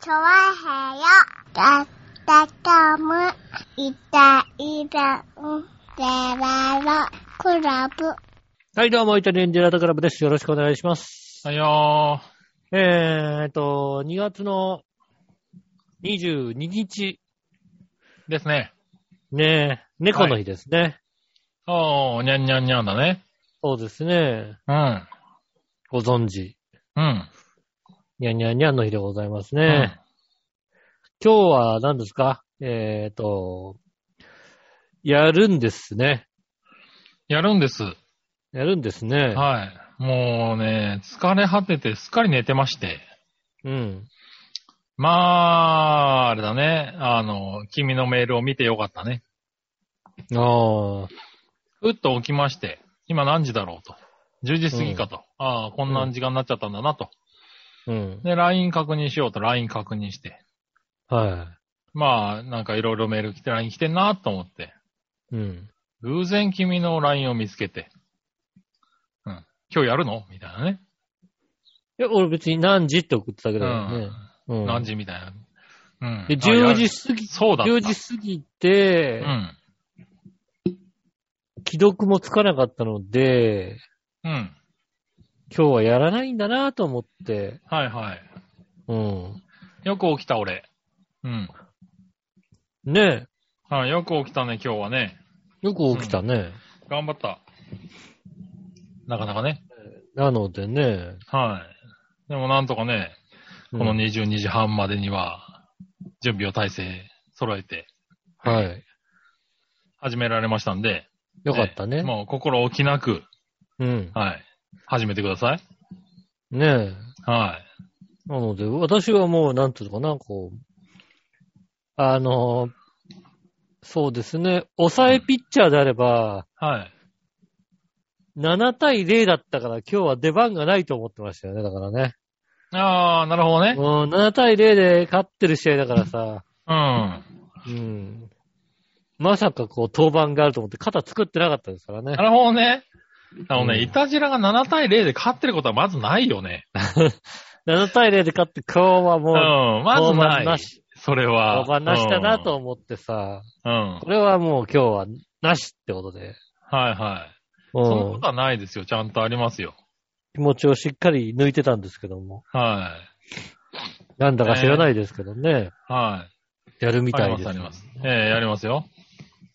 チョワヘヨだったかむいたいたんでららクラブはい、どうも、イタリアンジェラートクラブです。よろしくお願いします。はいよえーっと、2月の22日、ー。ですね。ねえ、猫の日ですね。おー、にゃんにゃんにゃんだね。そうですね。うん。ご存知。うん。にゃんにゃんにゃんの日でございますえね。今日は何ですかえーっと、やるんですね。やるんです。やるんですね。はい。もうね、疲れ果ててすっかり寝てまして。うん。まあ、あれだね。あの、君のメールを見てよかったね。ああ、うっと起きまして、今何時だろうと。10時過ぎかと。ああ、こんな時間になっちゃったんだなと。うん。で、LINE 確認しようと LINE 確認して。はまあ、なんかいろいろメール来て、LINE 来てんなと思って。い。うん。偶然君の LINE を見つけて。うん。今日やるのみたいなね。いや、俺別に何時って送ってたけどね。うん何時みたいな。うで、ん。あや10る時過ぎ、そうだった。 10時過ぎて、うん。既読もつかなかったので、うん。今日はやらないんだなと思って、はいはい。うん。よく起きた俺。うん。ねはい、よく起きたね、今日はね。え、よく起きたね。頑張った。なかなかね。なのでね、はい。でもなんとかね、うこんの22時半までには、準備を体制揃えてはい。始められましたんで、よかったね。もう心置きなく、うん。はい。始めてください。ねえ。はなので、私はもう、なんていうのかな、こう、あの、そうですね、抑えピッチャーであれば、い。はい。 7対0だったから今日は出番がないと思ってましたよね、だからね。ああ、なるほどね。うん、7対0で勝ってる試合だからさ、うん。うん。まさかこう、登板があると思って肩作ってなかったですからねな。るほどね。あのね、うんイタジラが7対0で勝ってることはまずないよね。 7対0で勝って、今日はうもんう、。まず登板な。ないし、それは。登板なしだなと思ってさ、うん。うん。これはもう今日はなしってことで、はいはい。そんなうこんとはないですよ。ちゃんとありますよ。気持ちをしっかり抜いてたんですけども、はなんだか知らないですけどね、い。はい。やるみたありいですす。ま、あります。ええやりますよ。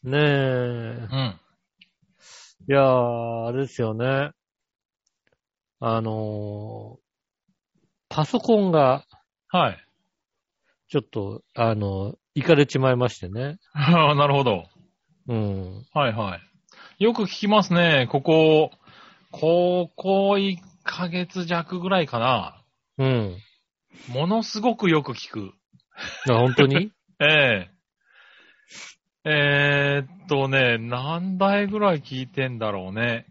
ねえう。ん。いやー、あれですよね。あのーパソコンが、はい。 ちょっと、あのー、いかれちまいましてね。あーなるほど。うん。はいはい。よく聞きますね。ここ、ここ1ヶ月弱ぐらいかな。うん。ものすごくよく聞く。あ、本当 にえええーっとね、何台ぐらい聞いてんだろうね。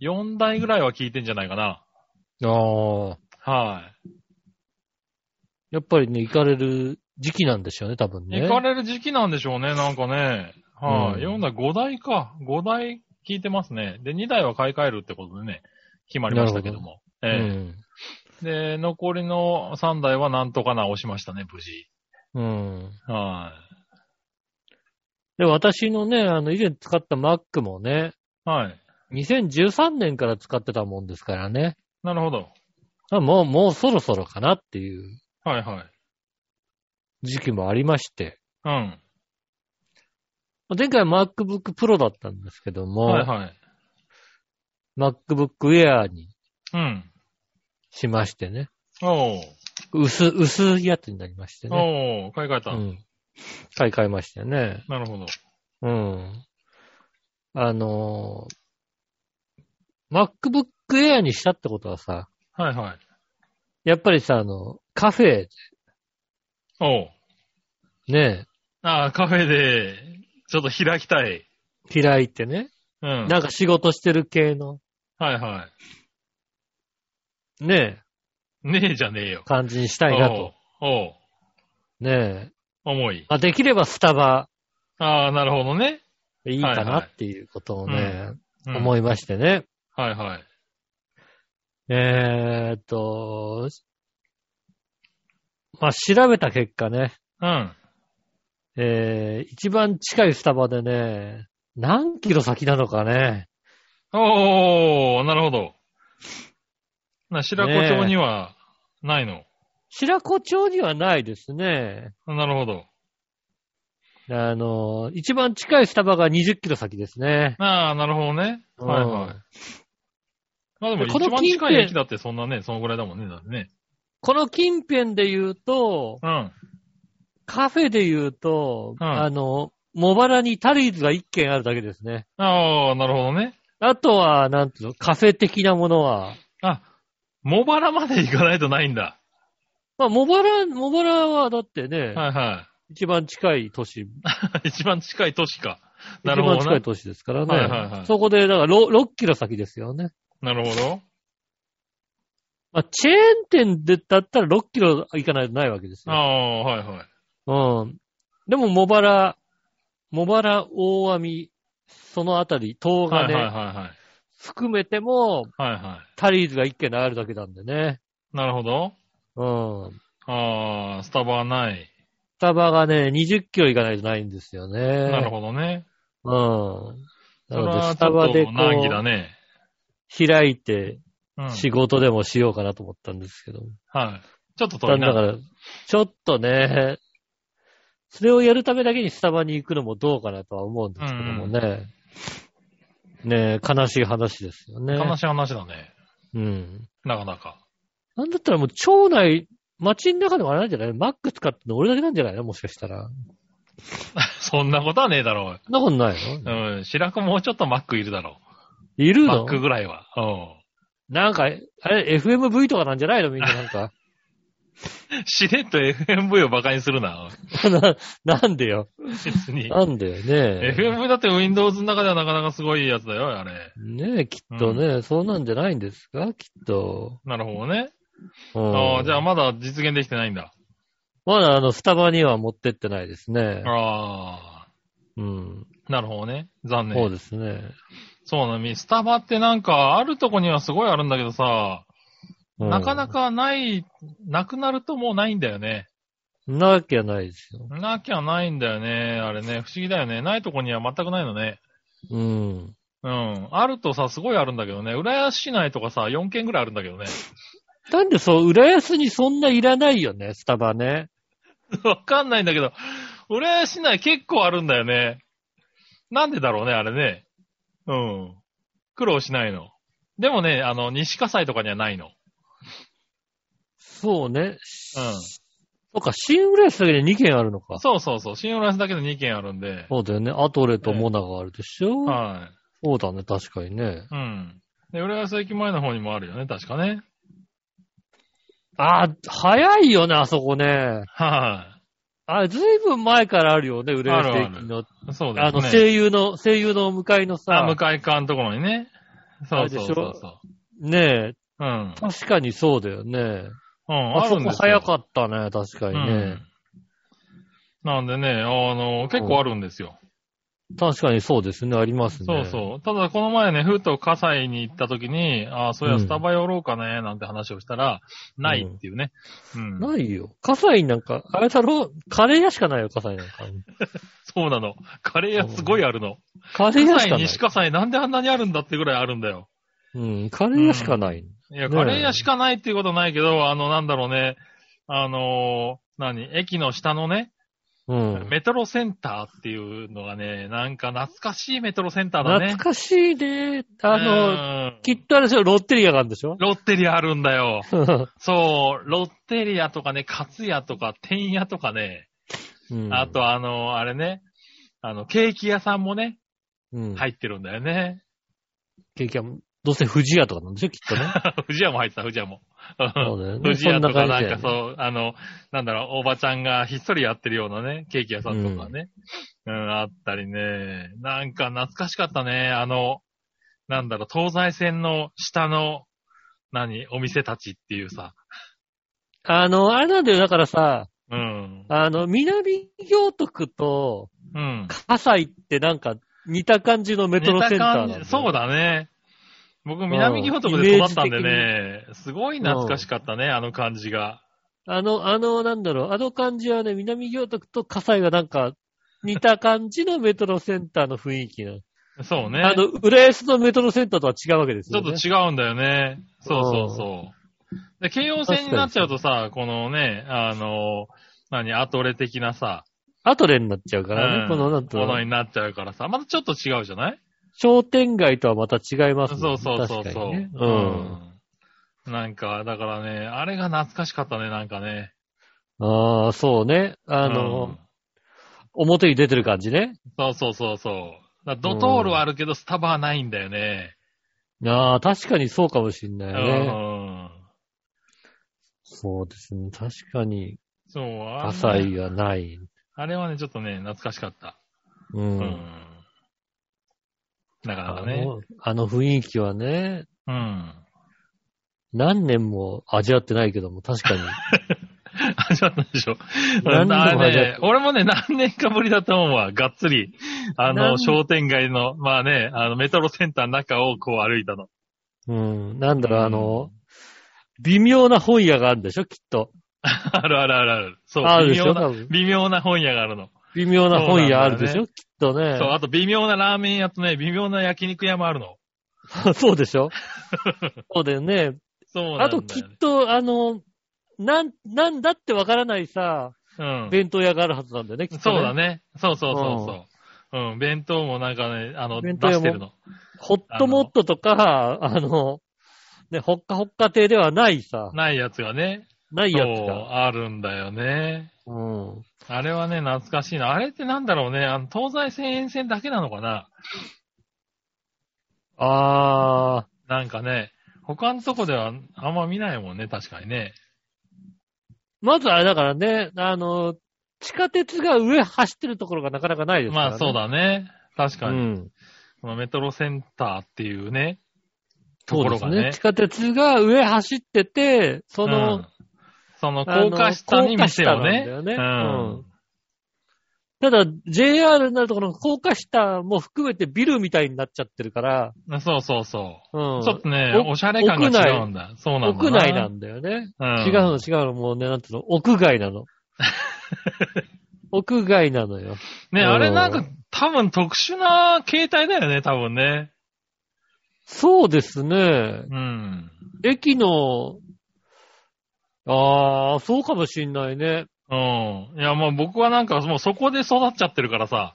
4台ぐらいは聞いてんじゃないかな。ああ。はやっぱりね、行かれる時期なんでしょうね、多分い。ね。行かれる時期なんでしょうね、なんかね。はい、うん4台、5台か。5台聞いてますね。で、2台は買い替えるってことでね、決まりましたけども。ええで、残りの3台はなんとか直しましたね、無事。うん。うん。はで、私のね、あの、以前使った Mac もね、い。はい。 2013年から使ってたもんですからね。なるほど。あもう、もうそろそろかなっていうはいはい。時期もありまして。うん。前回 MacBook Pro だったんですけども、はいはい。 MacBook Air にうん。しましてね。おう。薄、薄いやつになりましてね。おう、買い替えた。うん。買い替えましたよね。なるほど。うん。あのー MacBook Air にしたってことはさ、はいはい。やっぱりさ、あの、カフェ、おう。ね、ああ、カフェで、ちょっと開きたい。開いてね、うん。なんか仕事してる系の、はいはね、い。ねえじゃねえよ。感じにしたいなと。おう。おうね重い。まあ、できればスタバ、ああ、なるほどね。いいかはいなはいっていうことをね、うん思いましてね。はいはい。えーっと、まあ、調べた結果ね、うん。えー、一番近いスタバでね、何キロ先なのかね。おー、なるほど。な、白子町にはないの。白子町にはないですね。なるほど。あの、一番近いスタバが20キロ先ですね。ああ、なるほどね。はいはい。うんまあでもでこ一の番近近い辺駅だってそんなね、そのぐらいだもんね。だってねこの近辺で言うと、うん。カフェで言うと、うんあの、茂原にタリーズが1軒あるだけですね。ああ、なるほどね。あとは、なんつうの、カフェ的なものは、あ、茂原まで行かないとないんだ。まあ、茂原、茂原はだってね、はいは一番近い都市、い。一番近い都市か。一 なるほど番な近い都市ですからね。はいはいはいそこで、だから 6, 6キロ先ですよね。なるほど。まあ、チェーン店でだったら6キロ行かないとないわけですあよ。あ、はいはい。うん。でも、茂原、茂原、大網、そのあたり、東はいはい金、はいはい。含めても、はいはタリーズが1軒あるだけなんでね。い。なるほど。うん。ああ、スタバはない。スタバがね、20キロ行かないとないんですよね。なるほどね。ど。うん。そなれので、はスちょタバっでとこ難儀だう、ね。開いてうん。仕事でもしようかなと思ったんですけど。はい。ちょっとだ遠いな。から、ちょっとね、それをやるためだけにスタバに行くのもどうかなとは思うんですけどもね。ねえ悲しい話ですよね。悲しい話だね。うん。なかなか。 なんだったらもう町内、街の中でもあれなんじゃないマック使ってるの俺だけなんじゃないのもしかしたら。そんなことはねえだろう。そんなことないのうん。白子もうちょっとマックいるだろ。いうるマのックぐらいは。うなんか、あれ、FMV とかなんじゃないのみんななんか。 ん。しれっと FMV を馬鹿にするな。ななんでよ。別に。なんだよね。 FMV だって Windows の中ではなかなかすごいやつだよ、あれ。ねえ、きっとね、そうなんじゃないんですかきっと。なるほどね。うんああ、じゃあまだ実現できてないんだ。まだあの、スタバには持ってってないですね。あうん。あ、なるほどね。残そう念。ですね。そうなの。スタバってなんか、あるとこにはすごいあるんだけどさ、なかなか。かない、なくなるともうないんだよね。なきゃないですよ。なきゃないんだよね。あれね、不思議だよね。ないとこには全くないのね。うん。うん。あるとさ、すごいあるんだけどね。浦安市内とかさ、4軒ぐらいあるんだけどね。なんでそう、浦安にそんないらないよね、スタバね。 わかんないんだけど、浦安市内結構あるんだよね。なんでだろうね、あれね。うん。苦労しないの。でもね、あの、西葛西とかにはないの。そうね。うそうか、新浦安だけで2軒あるのかん。。そうそうそう。新浦安だけで2軒あるんで。そうだよね。アトレとモナがあるでしょ、はそうだね、確かにね。い。うん。で、浦安駅前の方にもあるよね、確かね。あー、早いよね、あそこね。はあれ、ずいぶん前からあるよね、浦安駅の。い。そうあでの、すね。声優の、声優の向かいのあ、さ向、かい側のところにね。そうそうそうそねえ、う。うん。確かにそうだよね。うん、ああそるんこです早よ。かったね、確かにね。うんなんでね、あの、結構あるんですよ。確かにそうですね、ありますね。そうそう。ただ、この前ね、ふと火災に行った時に、ああ、そういうや、んスタバ寄ろうかね、なんて話をしたら、ないっていうね。うん。ないよ。葛西なんか、あれだろカレー屋しかないよ、葛西なんか。そうなの。カレー屋すごいあるの。カレー屋火しか災、ない西。火災、なんであんなにあるんだってぐらいあるんだよ。うん、カレー屋しかない。いねえや、カレー屋しかないっていうことはないけど、あの、なんだろうね、あのー何、駅の下のね、うん。メトロセンターっていうのがね、なんか懐かしいメトロセンターだね懐。かしいね。あの、のきっとあれでしょ、ロッテリアがあるんでしょロッテリアあるん だよ。そう、ロッテリアとかね、カツヤとか、天屋とかね、うんあ、とあの、あれね、あの、ケーキ屋さんもね、うん。入ってるんだよね。 結局、どうせ富士屋とかなんでしょ、きっとね。藤屋も入ってた、藤屋も。そうだよね 藤屋とかそんなな感んじだよかねそう、あの、なんだろう、おばちゃんがひっそりやってるようなね、ケーキ屋さんとかね。うん、あったりね。なんか懐かしかったね。あの、なんだろう、東西線の下の、何、お店たちっていうさ。あの、あれなんだよ、だからさ、うん。あの、南行徳と、うん。葛西ってなんか、似た感じのメトロセンターなんだ似た感よじそうだね。僕、ん南京都で育ったんでね、すごい懐かしかったね、あの感じが。あの、あの、なんだろう、あの感じはね、南行徳と葛西がなんか、似た感じのメトロセンターの雰囲気なの。そうね。あの、浦安のメトロセンターとは違うわけですちょよっね。と違うんだよね。そうそうそう。で、京王線になっちゃうとさ、このね、あの、何、アトレ的なさ、アトレになっちゃうからね、うんこの、なんと、ものになっちゃうからさ、またちょっと違うじゃない商店街とはまた違いますそうもんそうね。そうそう。確かにねううん。ん。なんか、だからね、あれが懐かしかったね、なんかね。ああ、そうね。あの、うん表に出てる感じね。そうそうそうそう。だからドトールはあるけど、スタバはないんだよね。ああ、確かにそうかもしんなういね。ん。そうですね。確かに、そう、あ浅れいがない。あれはね、ちょっとね、懐かしかった。う。うんん。なかなあかね。のあの雰囲気はね、うん。何年も味わってないけども、確か に。味わったでしょ。何度もあれ味わっね、俺もね、何年かぶりだと思うわ、がっつり。あの、何商店街の、まあね、あの、メトロセンターの中をこう歩いたの。 うん。なんだろう、あの、微妙な本屋があるんでしょ、きっと。あるあるあるある。そう、あるで微しょ、妙多な、分。微妙な本屋があるの。微妙な本屋あるでしょ、そきっとね。そう、あと微妙なラーメン屋とね、微妙な焼肉屋もあるの。 そうでし ょそうだよね。そうなあんだと、よ、ね。きっと、あの、なん、なんだってわからないさ、うん。弁当屋があるはずなんだよね、きっと、そうね。だ。ね。そうそうそうそう。うん、弁当もなんかね、あの、出弁当屋しもてるの。ホットモットとか、あの、ね、ほっかほっか亭ではないさ、ないやつがね。ないそうやつが。、あるんだよね。うん。あれはね、懐かしいな。あれってなんだろうね。あの、東西線沿線だけなのかなあー、なんかね、他のとこではあんま見ないもんね、確かにね。まずあれだからね、あの、地下鉄が上走ってるところがなかなかないですからね。まあそうだね。確かうに。ん。このメトロセンターっていうね、そとこうでろすがねね地。下鉄が上走ってて、その、うんそのあの高架下に店をね。高架下なんだよねうんただ JR になるところの高架下も含めてビルみたいになっちゃってるから、そうそうそうう。ん。ちょっとね、おおしゃれ感が違うんだ。そうなんだ。屋内なんだよね。うん。違うの違うの、もうね、なんていうの、屋外なの。屋外なのよ。ね、うんあれなんか多分特殊な形態だよね、多分ね。そうですね。うん。駅の、ああ、そうかもしんないね。うん。いや、もう僕はなんかもうそこで育っちゃってるからさ、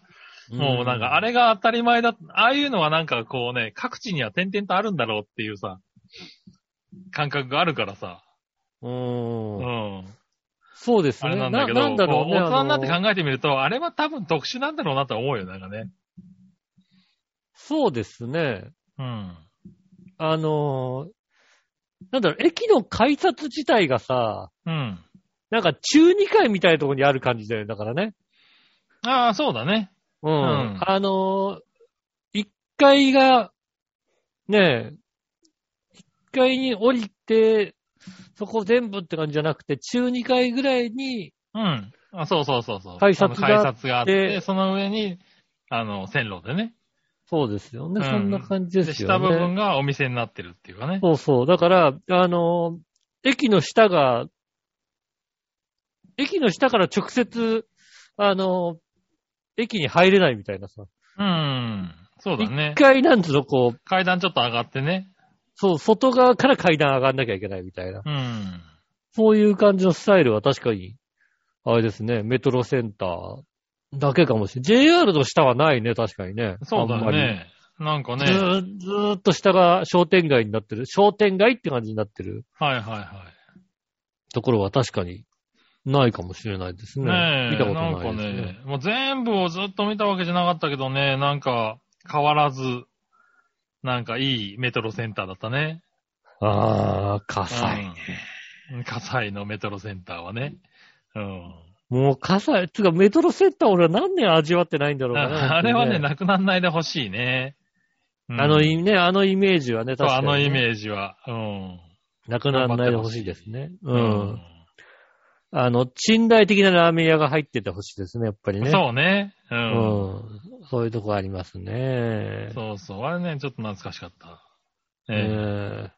もうなんかあれ、れが当たり前だ、ああいうのはなんかこうね、各地には点々とあるんだろうっていうさ、感覚があるからさ、うんうん。そうですあね。れななんだけど、なんだろうね。こう大人になってあの考えてみると、あれは多分特殊なんだろうなと思うよ、なんかね。そうですね。うん。あのー、なんだろう、駅の改札自体がさ、うん。なんか中2階みたいなところにある感じだよね。だからね。ああ、そうだね。うん。うんあのー、1階が、ねえ、1階に降りて、そこ全部って感じじゃなくて、中2階ぐらいに、うん。あそうそうそうそう。改札そのがあ改っ札があって、その上に、あの、線路でね。そうですよね。うんそんな感じで、ですよね。下部分がお店になってるっていうかね。そうそう。だから、あのー、駅の下が、駅の下から直接、あのー、駅に入れないみたいなさ。うん。そうだね一。回なんつうの、こう、階段ちょっと上がってね。そう、外側から階段上がんなきゃいけないみたいな。うん。そういう感じのスタイルは確かに、あれですね、メトロセンターだけかもしれない。JR の下はないね、確かにね。そうだあんまり。ね。なんかずね。はいーずーっと下が商店街になってる。商店街って感じになってるはいはところは確かにないかもしれないですい。ね。ねえ。見たことなんなかいですね。ね、もう全部をずっと見たわけじゃなかったけどね、なんか変わらず、なんかいいメトロセンターだったね。あー、火災。うん。葛西のメトロセンターはね。うん。もう火災、つうかメトロセンター俺は何年味わってないんだろうかな。ああれはね、本なくなんないでほしいね。当うにんねあのい、ね、あのイメージはね、そう確かあにね、のイメージは。うん。なくならないでほしいですね。う。うんあの、近代的なラーメン屋が入っててほしいですね、やっぱりね。そうね。う。うんん。そういうとこありますね。そうそう。あれね、ちょっと懐かしかった。ねええ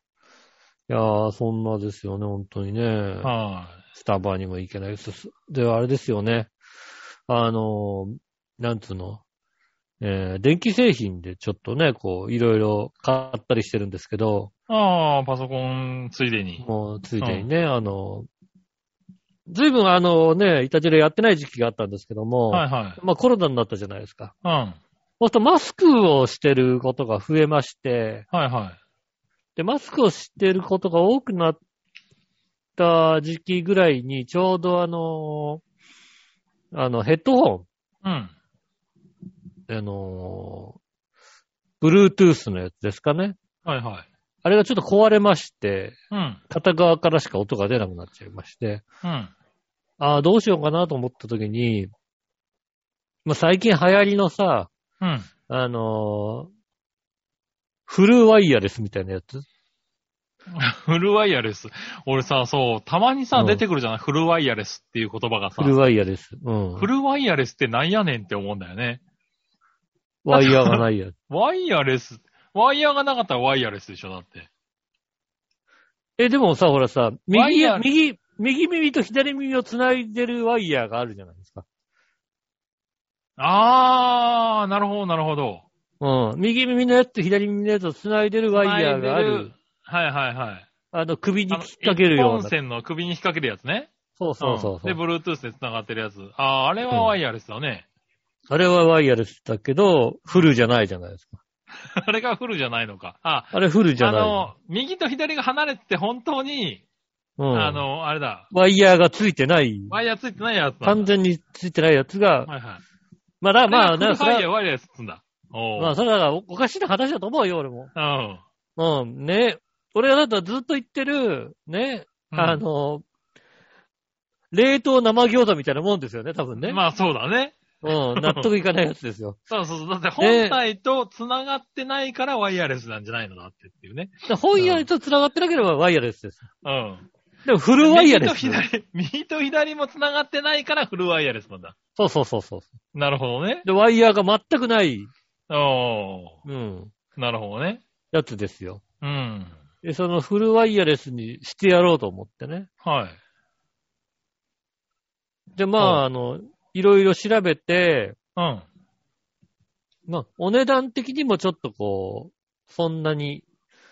いやー、そんなですよね、本当にね。え。はい。スタバにも行けない。そそで、あれですよね。あの、なんつうの。えー電気製品でちょっとね、こう、いろいろ買ったりしてるんですけど、ああ、パソコンついでに。もう、ついでにね、あの、ずいぶんあのね、イタジラやってない時期があったんですけども、はいはい。まあコロナになったじゃないですか。うん。はいそうするとマスクをしてることが増えまして、はで、マスクをしてることが多くなった時期ぐらいに、ちょうどあの、あの、ヘッドホい。うん。ン、あの、Bluetooth のやつですかね。はいはい。あれがちょっと壊れまして、うん。片側からしか音が出なくなっちゃいまして、うん。ああ、どうしようかなと思った時に、まあ、最近流行りのさ、うん。あのーフルワイヤレスみたいなやつフルワイヤレス。俺さ、そう、たまにさ、うん出てくるじゃないフルワイヤレスっていう言葉がさフ、ルワイヤレス。うん。フルワイヤレスってなんやねんって思うんだよね。ワイヤーがないやつ。ワイヤレス、ワイヤーがなかったらワイヤレスでしょ、だって。え、でもさ、ほらさ、ワイ右ヤ、ー右、右耳と左耳を繋いでるワイヤーがあるじゃないですか。あー、なるほど、なるほど。うん。右耳のやつと左耳のやつを繋いでるワイヤーがあ繋いでる。。はいはいはい。あの、首にあ引っの掛けるよう一な本。線の首に引っ掛けるやつね。そうそうそうそう、んで、Bluetooth で繋がってるやつ。あー、あれはワイヤレスだね。 あれはワイヤレスだけど、フルじゃないじゃないですか。あれがフルじゃないのか。あ、あれフルじゃあない。の、右と左が離れてて本当に、うん、あの、あれだ。ワイヤーがついてない。ワイヤーついてないやつなんだ完全についてないやつが、はいはい。まあだ、まあ、フルなフそれァイヤーは、ワイヤーっつんだ。おうまあ、それはおおかしな話だと思うよ、俺も。うん。うん、ね。俺はだったらずっと言ってる、ね、うんあの、冷凍生餃子みたいなもんですよね、多分ね。まあそうだね。うん、納得いかないやつですよ。そうそうそう。だって本体と繋がってないからワイヤレスなんじゃないのだってっていうね。だから 本屋と繋がってなければワイヤレスです。うん。でもフルワイヤレス。右と左、右と左も繋がってないからフルワイヤレスなんだ。そうそうそうそう。なるほどね。で、ワイヤーが全くない、おうん、ー。なるほどね。やつですよ。うん。で、そのフルワイヤレスにしてやろうと思ってね。はい。で、まあ、あの、いろいろ調べて、うん。まあ、お値段的にもちょっとこう、そんなに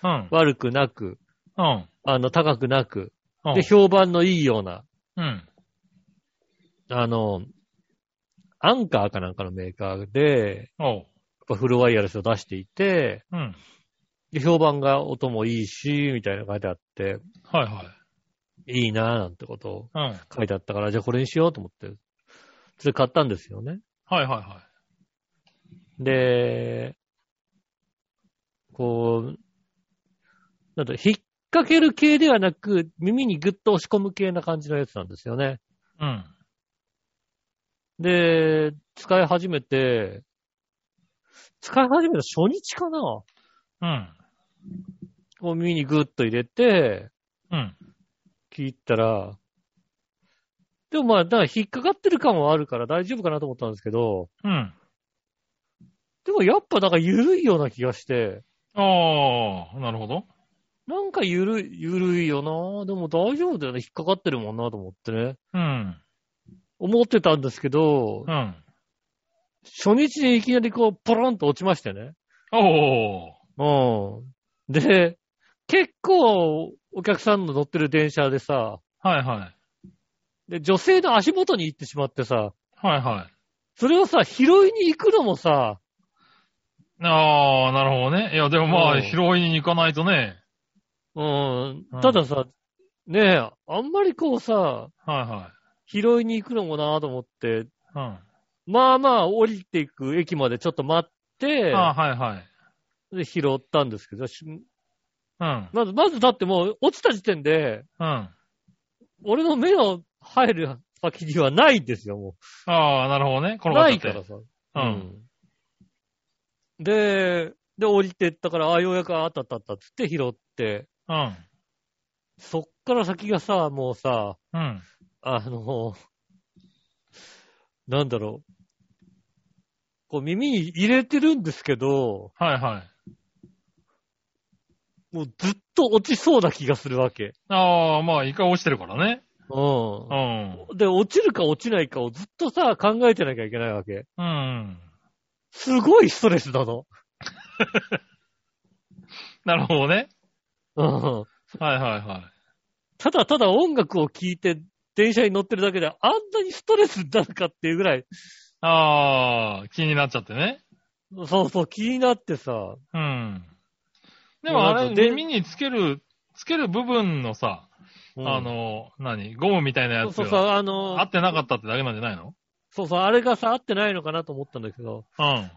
うん。悪くなく、うん。あの、高くなく、うんで、評判のいいような、うん。あの、アンカーかなんかのメーカーで、やっおう。ぱフルワイヤレスを出していて、うん。で、評判が音もいいし、みたいなの書いてあって、はいはい。いいなぁなんてことをうん。はい書いてあったから、じゃあこれにしようと思って、それ買ったんですよね。はいはで、こう、なんだ、引っ掛ける系ではなく、耳にグッと押し込む系な感じのやつなんですよね。い。うん。で、使い始めて、使い始めた初日かなこうん。う耳にグッと入れて、うん。聞いたら、でもまあ、だから引っかかってる感はあるから大丈夫かなと思ったんですけど、うん。でもやっぱなんか緩いような気がして、あー、なるほど。なんかゆる、ゆるいよなでも大丈夫だよね。引っかかってるもんなと思ってね。うん。思ってたんですけどう、ん。初日にいきなりこう、ポロンと落ちましてね。おー。うん。で、結構、お客さんの乗ってる電車でさ、はいはい。で、女性の足元に行ってしまってさ、はいはい。それをさ、拾いに行くのもさ、ああ、なるほどね。いや、でもまうあ、ん拾いに行かないとね。うんうん、たださ、ねえ、あんまりこうさ、は拾いに行くのもなと思って、いはい。まあまあ降りていく駅までちょっと待って、うん。ああ、はいはい。で、拾ったんですけど、しうん。まず、まずだってもう落ちた時点で、うん。あ俺の目の入る先にはないんですよ、もあ、なるほどね。う。転がなっいちゃかってら。さ。うん。うんで、で、降りてったから、あ、ようやくああったあったあったっつって拾って、うん。そっから先がさ、もうさ、うん。あの、なんだろう。こう耳に入れてるんですけど、はいはい。もうずっと落ちそうな気がするわけ。ああ、まあ、イカ落ちてるからね。うんう。ん。で、落ちるか落ちないかをずっとさ、考えてなきゃいけないわけ。うん。すごいストレスだぞ。なるほどね。うん。はいはいはただただ音楽を聴いて電車に乗ってるだけであんなにストレスになるかっていうぐらい、い。ああ、気になっちゃってね。そうそう気になってさ、うん。でもあもうなんかれ、で耳につける、つける部分のさ、うんあの、何ゴムみたいなやつそうがそう、あの合、ってなかったってだけなんじゃないのそうそう、あれがさ、合ってないのかなと思ったんだけど、うん。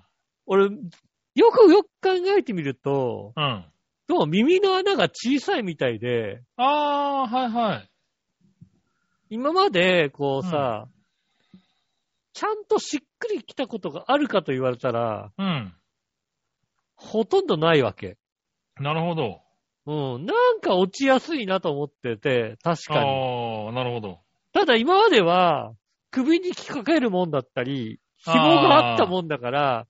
俺、よくよく考えてみると、うん。どうも耳の穴が小さいみたいで、ああー、はいはい。今まで、こうさ、ちゃんとしっくりきたことがあるかと言われたら、うん。ほとんどないわけ。なるほど。うん。なんか落ちやすいなと思ってて、確かに。ああ、なるほど。ただ今までは、首に引っ掛けるもんだったり、紐があったもんだから、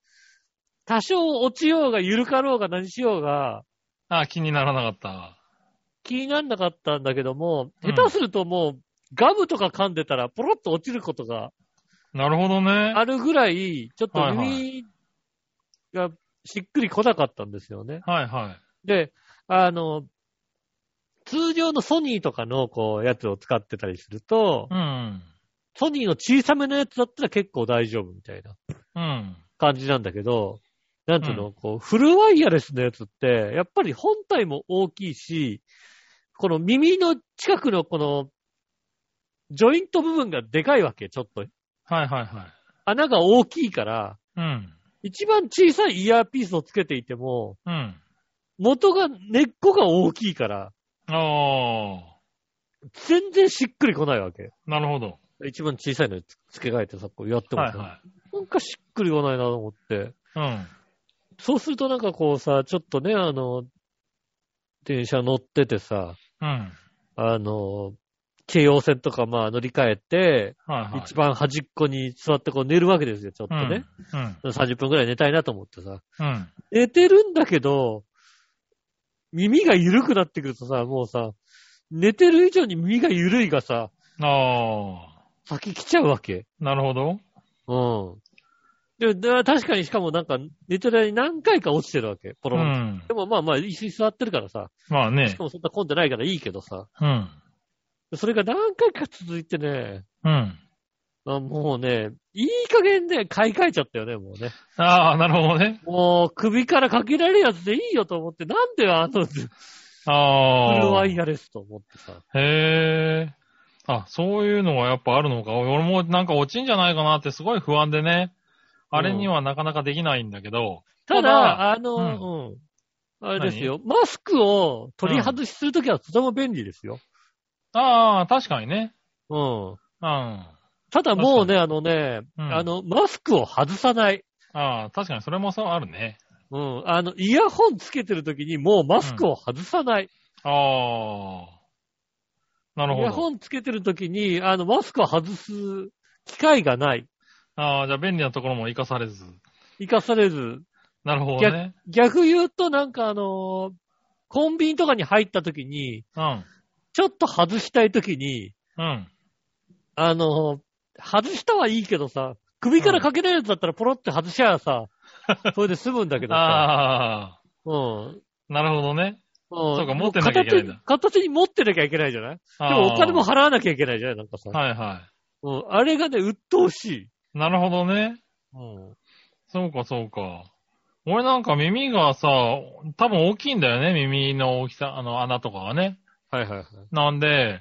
多少落ちようが緩かろうが何しようが、ああ、気にならなかった。気になんなかったんだけども、うん下手するともう、ガムとか噛んでたら、ポロッと落ちることがなるほどね。あるぐらい、ちょっとはいはい耳がしっくり来なかったんですよね。はいはい。で、あの、通常のソニーとかのこうやつを使ってたりすると、うん。ソニーの小さめのやつだったら結構大丈夫みたいなうん。感じなんだけど、なんていうの、うこう、フルワイヤレスのやつって、やっぱり本体も大きいし、この耳の近くのこの、ジョイント部分がでかいわけ、ちょっと。はいはいはい。穴が大きいから、うん。一番小さいイヤーピースをつけていても、うん。元が、根っこが大きいから、あ全然しっくりこないわけ。あ、なるほど。一番小さいのにつ付け替えてさ、こうやってもさ、はいはなんかしっくりこないなと思って。い。うん。そうするとなんかこうさ、ちょっとね、あの、電車乗っててさ、うん。あの、京葉線とかまあ乗り換えて、はいはい。一番端っこに座ってこう寝るわけですよ、ちょっとね。うん。 30分くらい寝たいなと思ってさ。うん。うん。寝てるんだけど、耳が緩くなってくるとさ、もうさ、寝てる以上に耳が緩いがさ、あ先来ちゃうわけ。あ、なるほど。うん。で、だ確かにしかもなんか寝てる間に何回か落ちてるわけ、ポうロンと。ん。でもまあまあ、椅子に座ってるからさ、まあしねか。もそんな混んでないからいいけどさ、うん。それが何回か続いてね、うん。あもうね、いい加減で買い替えちゃったよね、もうね。ああ、なるほどね。もう首からかけられるやつでいいよと思って、なんであの、フああ。ルワイヤレスと思ってさ。へえ。あ、そういうのがやっぱあるのか。俺もなんか落ちんじゃないかなってすごい不安でね。あれにはなかなかできないんだけど。たただ、だあの、うん、あれですよ、マスクを取り外しするときはとても便利ですよ。ああ、確かにね。うん。うん。あただもうね、あのね、うんあの、マスクを外さない。あ、確かにそれもそうあるね。うん。あの、イヤホンつけてるときにもうマスクを外さない。ああ。なるイヤほど。ホンつけてるときに、あの、マスクを外す機会がない。ああ、じゃあ便利なところも活かされず。生かされず。なるほどね。逆言うと、なんかあのコンビニとかに入ったときに、うん。ちょっと外したいときに、うん。あの、外したはいいけどさ、首からかけられるやつだったらポロって外しちゃえば さ、それで済むんだけどさ。ああ、うん。なるほどね。そそうか持ってなきゃいけないんだ片手。片手に持ってなきゃいけないじゃないででもお金も払わなきゃいけないじゃないなんかさ。はいはうん。あれがね、鬱陶しい。い。なるほどね。うん。そうか、そうか。俺なんか耳がさ、多分大きいんだよね、耳の大きさ、あの穴とかがね。はいはいはい。なんで、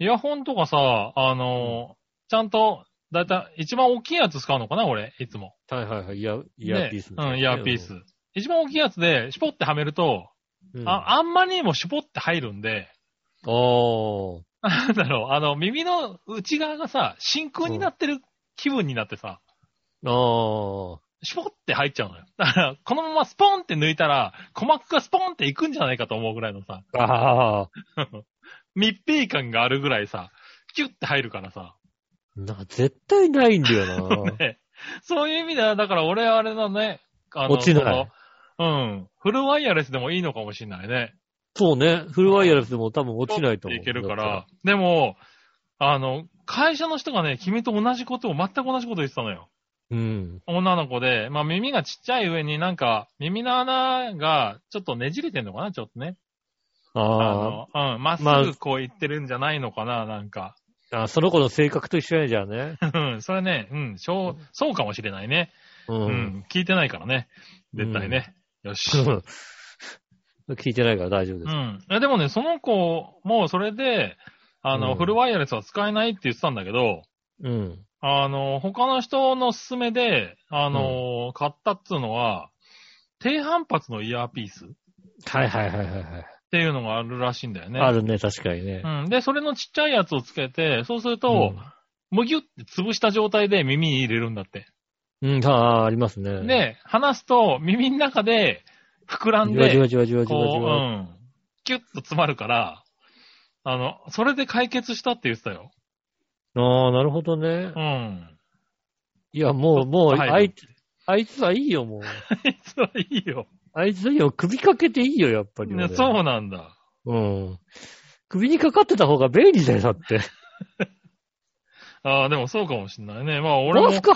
イヤホンとかさ、あの、ちゃんと、だいたい一番大きいやつ使うのかな、俺、いつも。はいはいはい。イヤ、イヤーピースみでたいなうん、ね。イヤーピース。一番大きいやつで、シュポってはめると、うん。あ、あ、あんまりにもシュポって入るんで、おー。なんだろう、あの、耳の内側がさ、真空になってる気分になってさ、あー。シュポって入っちゃうのよ。だから、このままスポンって抜いたら、鼓膜がスポンっていくんじゃないかと思うぐらいのさ、ああ。密閉感があるぐらいさ、キュッて入るからさ。な、絶対ないんだよ な。ねそういう意味では、だから俺あれだね。あ落ちないそのうん。フルワイヤレスでもいいのかもしれないね。そうね。フルワイヤレスでも多分落ちないと思う。いけるから。でも、あの、会社の人がね、君と同じことを、全く同じこと言ってたのよ。うん。女の子で、まあ耳がちっちゃい上になんか、耳の穴がちょっとねじれてんのかな、ちょっとね。ああの、うん、まっすまあぐこう言ってるんじゃないのかな、なんか。ーあ、その子の性格と一緒やじゃあ ね。うん、それね、うん、そう、そうかもしれないね。う。うんん、聞いてないからね。絶対ね。よし。 聞いてないから大丈夫でうす。ん。えでもね、その子もそれで、あの、うんフルワイヤレスは使えないって言ってたんだけど、うん。あの、他の人の勧めで、あの、買ったっつうのは、低反発のイヤーピースっはいはいはいはいはい。ていうのがあるらしいんだよね。あるね、確かにね。うん。で、それのちっちゃいやつをつけて、そうするとう、むぎゅって潰した状態で耳に入れるんだって。うん、ああー、ありますね。で、離すと耳の中で膨らんじわじわで、じわじわじわこじう、うわ。ん、キュッと詰まるから、あの、それで解決したって言ってたよ。ああ、なるほどねう。ん。 いや、もう、もう、はいあいつ、あいつはいいよ、も う。あいつはいいよ。あいつはいいよ。首かけていいよ、やっぱり。ね俺そうなんだ。うん。首にかかってた方が便利だよ、だって。ああ、でもそうかもしんないね。まあ俺マもスか。う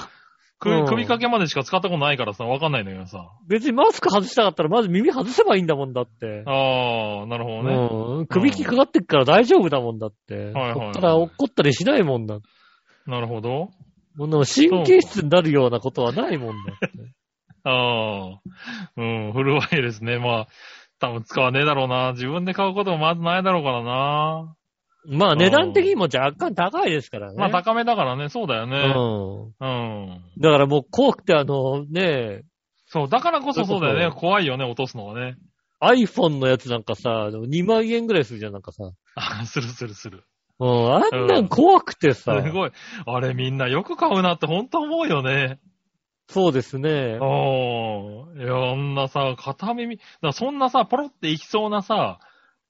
首ん首掛けまでしか使ったことないからさ、わかんないんだけどさ。別にマスク外したかったら、まず耳外せばいいんだもんだって。ああ、なるほどね。うん。首にかかってっから大丈夫だもんだって。はいはいそっから怒ったりしないもんだ。なるほど。もうでも神経質になるようなことはないもんだって。ああ、うん、フルワイヤレスね。まあ、多分使わねえだろうな。自分で買うこともまずないだろうからな。まあ値段的にも若干高いですからね。まあ、高めだからね。そうだよね。うん。うん。だからもう怖くてあの、ねえ、そう、だからこそそうだそういようね。怖いよね、落とすのはね。 iPhone のやつなんかさ、2万円ぐらいするじゃん、なんかさ。あするするする。うん、あんなん怖くてすさ。ごい。あれみんなよく買うなって本当思うよね。そうですね。おー。いや、あんなさ、片耳、だからそんなさ、ポロっていきそうなさ、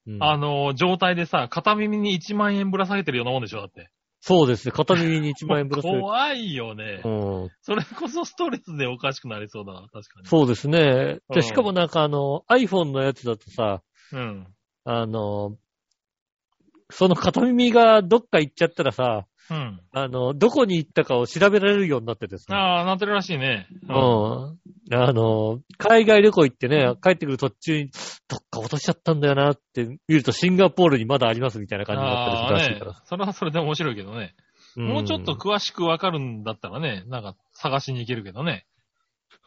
うんあの、状態でさ、片耳に1万円ぶら下げてるようなもんでしょ、だって。そうですね。片耳に1万円ぶら下げて。怖いよね。うん、それこそストレスでおかしくなりそうだな、確かに。そうですね。うで、んしかもなんかあの、iPhone のやつだとさ、うん。あの、その片耳がどっか行っちゃったらさ、うん。あの、どこに行ったかを調べられるようになっててさ、ああ、なってるらしいね。うん。あの、海外旅行行ってね、帰ってくる途中に、どっか落としちゃったんだよなって見るとシンガポールにまだありますみたいな感じになっあてあるーらしいねから。、それはそれで面白いけどね。んもうちょっと。詳しくわかるんだったらね、なんか探しに行けるけどね。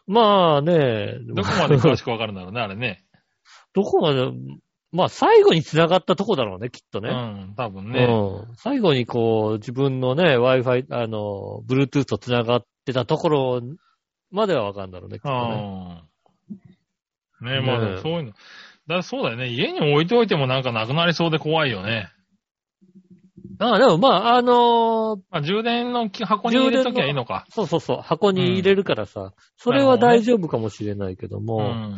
まあね、どこまで詳しくしくわかるんだろうね、あれね。どこまで、まあ最後に繋がったとこだろうね、きっとう ね。ん、多分ね。うん。最後にこう、自分のね、Wi-Fi、あの、Bluetooth と繋がってたところまではわかるんだろうね、きっとね。うん。ねまあでねもそういうの。だそうだよね。家に置いておいてもなんかなくなりそうで怖いよね。ああ、でもまあ、あのーまあ、充電のき箱に入れときゃいいのか。そうそうそう、箱に入れるからさ、それは大丈夫かもしれないけどうも、ん。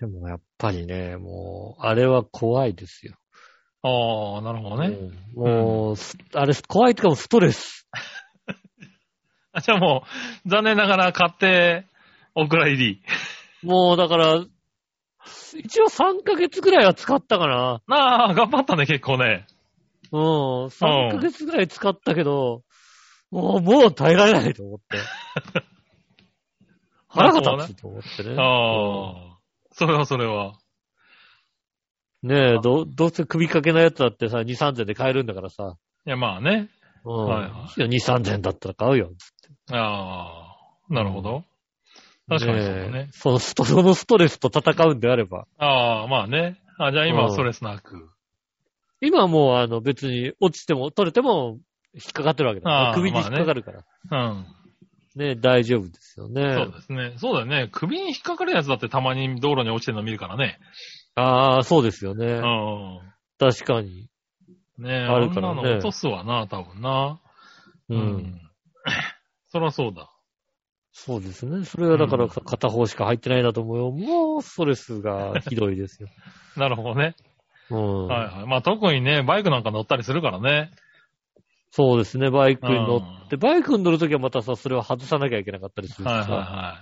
でもやっぱりね、もう、あれは怖いですよ。ああ、なるほどね。うんもう、すあれ、怖いとかもストレ ス。あ、じゃあもう、残念ながら買って、お蔵入り。もう、だから、一応3ヶ月ぐらいは使ったかな。なあ、頑張ったね、結構ね。うん、3ヶ月ぐらい使ったけど、もう、もう耐えられないと思って。 腹が立つと思ってね。ああ、それはそれは。ねえ、ど、どうせ首掛けのやつだってさ、2、3千で買えるんだからさ。いや、まあね。うん。、はいはい2、3千だったら買うよ。ああ、なるほど。確かにそうだね。えそのスト、そのストレスと戦うんであれば。ああ、まあね。あじゃあ今はストレスなく。今はもう、あの、別に落ちても、取れても、引っかかってるわけだから。あー首に引っかかるから。うん。ねえ大丈夫ですよね。そうですね。そうだよね。首に引っかかるやつだってたまに道路に落ちてるの見るからね。ああ、そうですよね。うん。確かに。ねえ、あるからねあんなの落とすわな、多分な。う。うん そりゃそうだ。そうですね。それはだからさ、片方しか入ってないんだと思うよ。もう、ストレスがひどいですよ。 なるほどね。うん。はいはい。まあ特にね、バイクなんか乗ったりするからね。そうですね、バイクに乗って、バイクに乗るときはまたさ、それを外さなきゃいけなかったりするしはいはいさ、は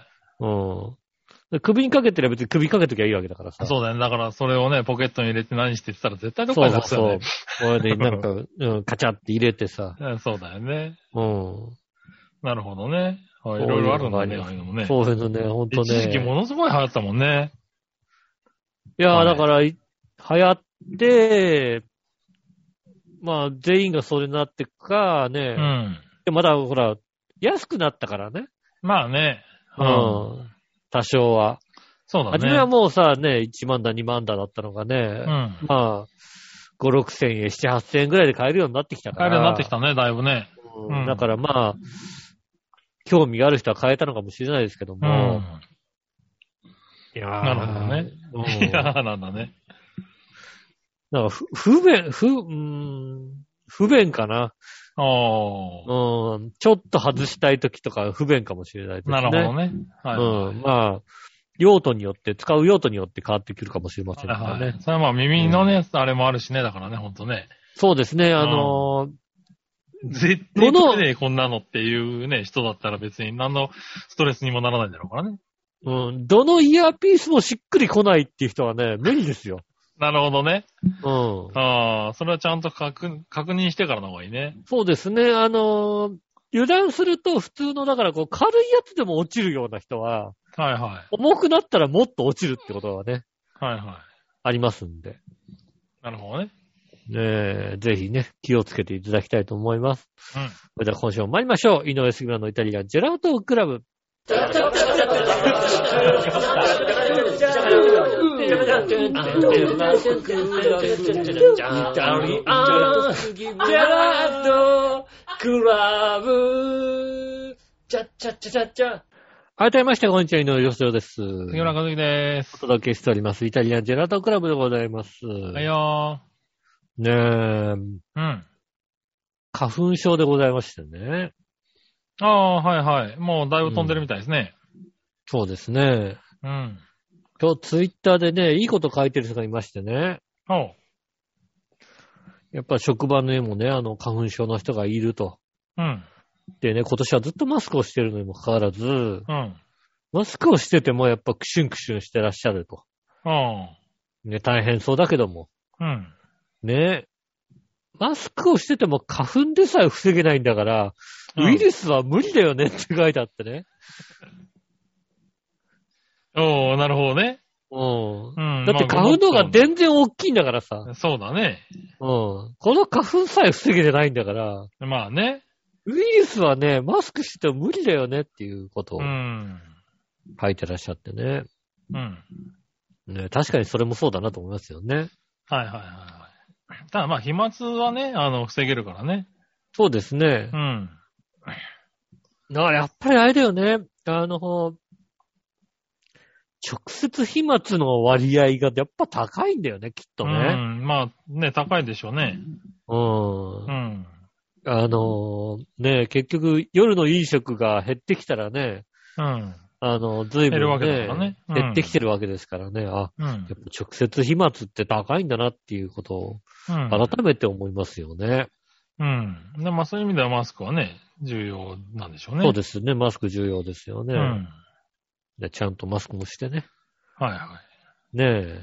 うん。首にかけてれば別に首かけときゃいいわけだからさ。そうだね。だから、それをね、ポケットに入れて何してってたら絶対どっそかうにそう出すそようね。。これでなんか、うん、カチャって入れてさ。うんそうだよね。うん。なるほどね。そうはい、いいうろいのろあるんだね、がああいうのもね。そういうのね、ほんとね。一時期ものすごい流行ったもんね。いやはー、だいから、い流行って、まあ、全員がそれになってくか、うね。ん。でまだ、ほら、安くなったからね。まあね。うん。多少は。そうだね。初めはもうさ、ね、1万だ、2万だだったのがね、うん。まあ、5、6千円、7、8千円ぐらいで買えるようになってきたかあら。れになってきたね、だいぶね。うんうんだからまあ、興味がある人は買えたのかもしれないですけどうも。ん。いやなるほどね。うん いやーなんだね。なんかふ不便、不、うーん不便かな。おー。うん。ちょっと外したい時とか不便かもしれないですね。なるほどね。はい。うん。まあ、用途によって、使う用途によって変わってくるかもしれませんからね。はいはい。それはまあ耳のね、あれもあるしね、だからね、ほんとね。そうですね。あのー絶対取れねえ、こんなのっていうね、人だったら別に何のストレスにもならないだろうからね。うん、どのイヤーピースもしっくり来ないっていう人はね、無理ですよ。なるほどね。うん。ああ、それはちゃんと確確認してからの方がいいね。そうですね。あのー油断すると普通の、だからこう軽いやつでも落ちるような人は、はいは重くなったらもっと落ちるってことはね、い。はいはありますんで。い。なるほどね。ねえ、ぜひね、気をつけていただきたいと思います。うんそれでは今週も参りましょう。井上杉村のイタリアンジェラートクラブ。改めまして、こんにちは、井上義郎です。杉村和樹でーおす。届けしております。イタリアンジェラートクラブでございます。はいよねえ、ー。うん。花粉症でございましてね。ああ、はいはい。もうだいぶ飛んでるみたいですね。そうですね。うん。今日ツイッターでね、いいこと書いてる人がいましてね。おう。やっぱ職場にもね、あの、花粉症の人がいると。うん。でね、今年はずっとマスクをしてるのにもかかわらず、うん。マスクをしててもやっぱクシュンクシュンしてらっしゃると。おう。ね、大変そうだけども。うん。ね。マスクをしてても花粉でさえ防げないんだから、うんウイルスは無理だよねって書いてあってね。おう、なるほどね。うん。うん。だってまあ花粉の方が全然大きいんだからさ。そうだね。うん。この花粉さえ防げてないんだから、まあね。ウイルスはね、マスクしてても無理だよねっていうことをうん。書いてらっしゃってね。うん。ね確かにそれもそうだなと思いますよね。はいはいはいはい。ただまあ、飛沫はね、あの、防げるからね。そうですねう。ん。だからやっぱりあれだよね。あの、直接飛沫の割合がやっぱ高いんだよね、きっとうね。ん。まあ、ね、高いでしょうね。うん。うん。あの、ね、結局夜の飲食が減ってきたらね、うん。あの、随分減るわけだね、からねうん減ってきてるわけですからね。あ、うんやっぱ直接飛沫って高いんだなっていうことをうん。改めて思いますよね。うん。で、まあそういう意味ではマスクはね、重要なんでしょうね。そうすですね。マスク重要ですよね、ね。うん。でちゃんとマスクもしてね。はいはねえ。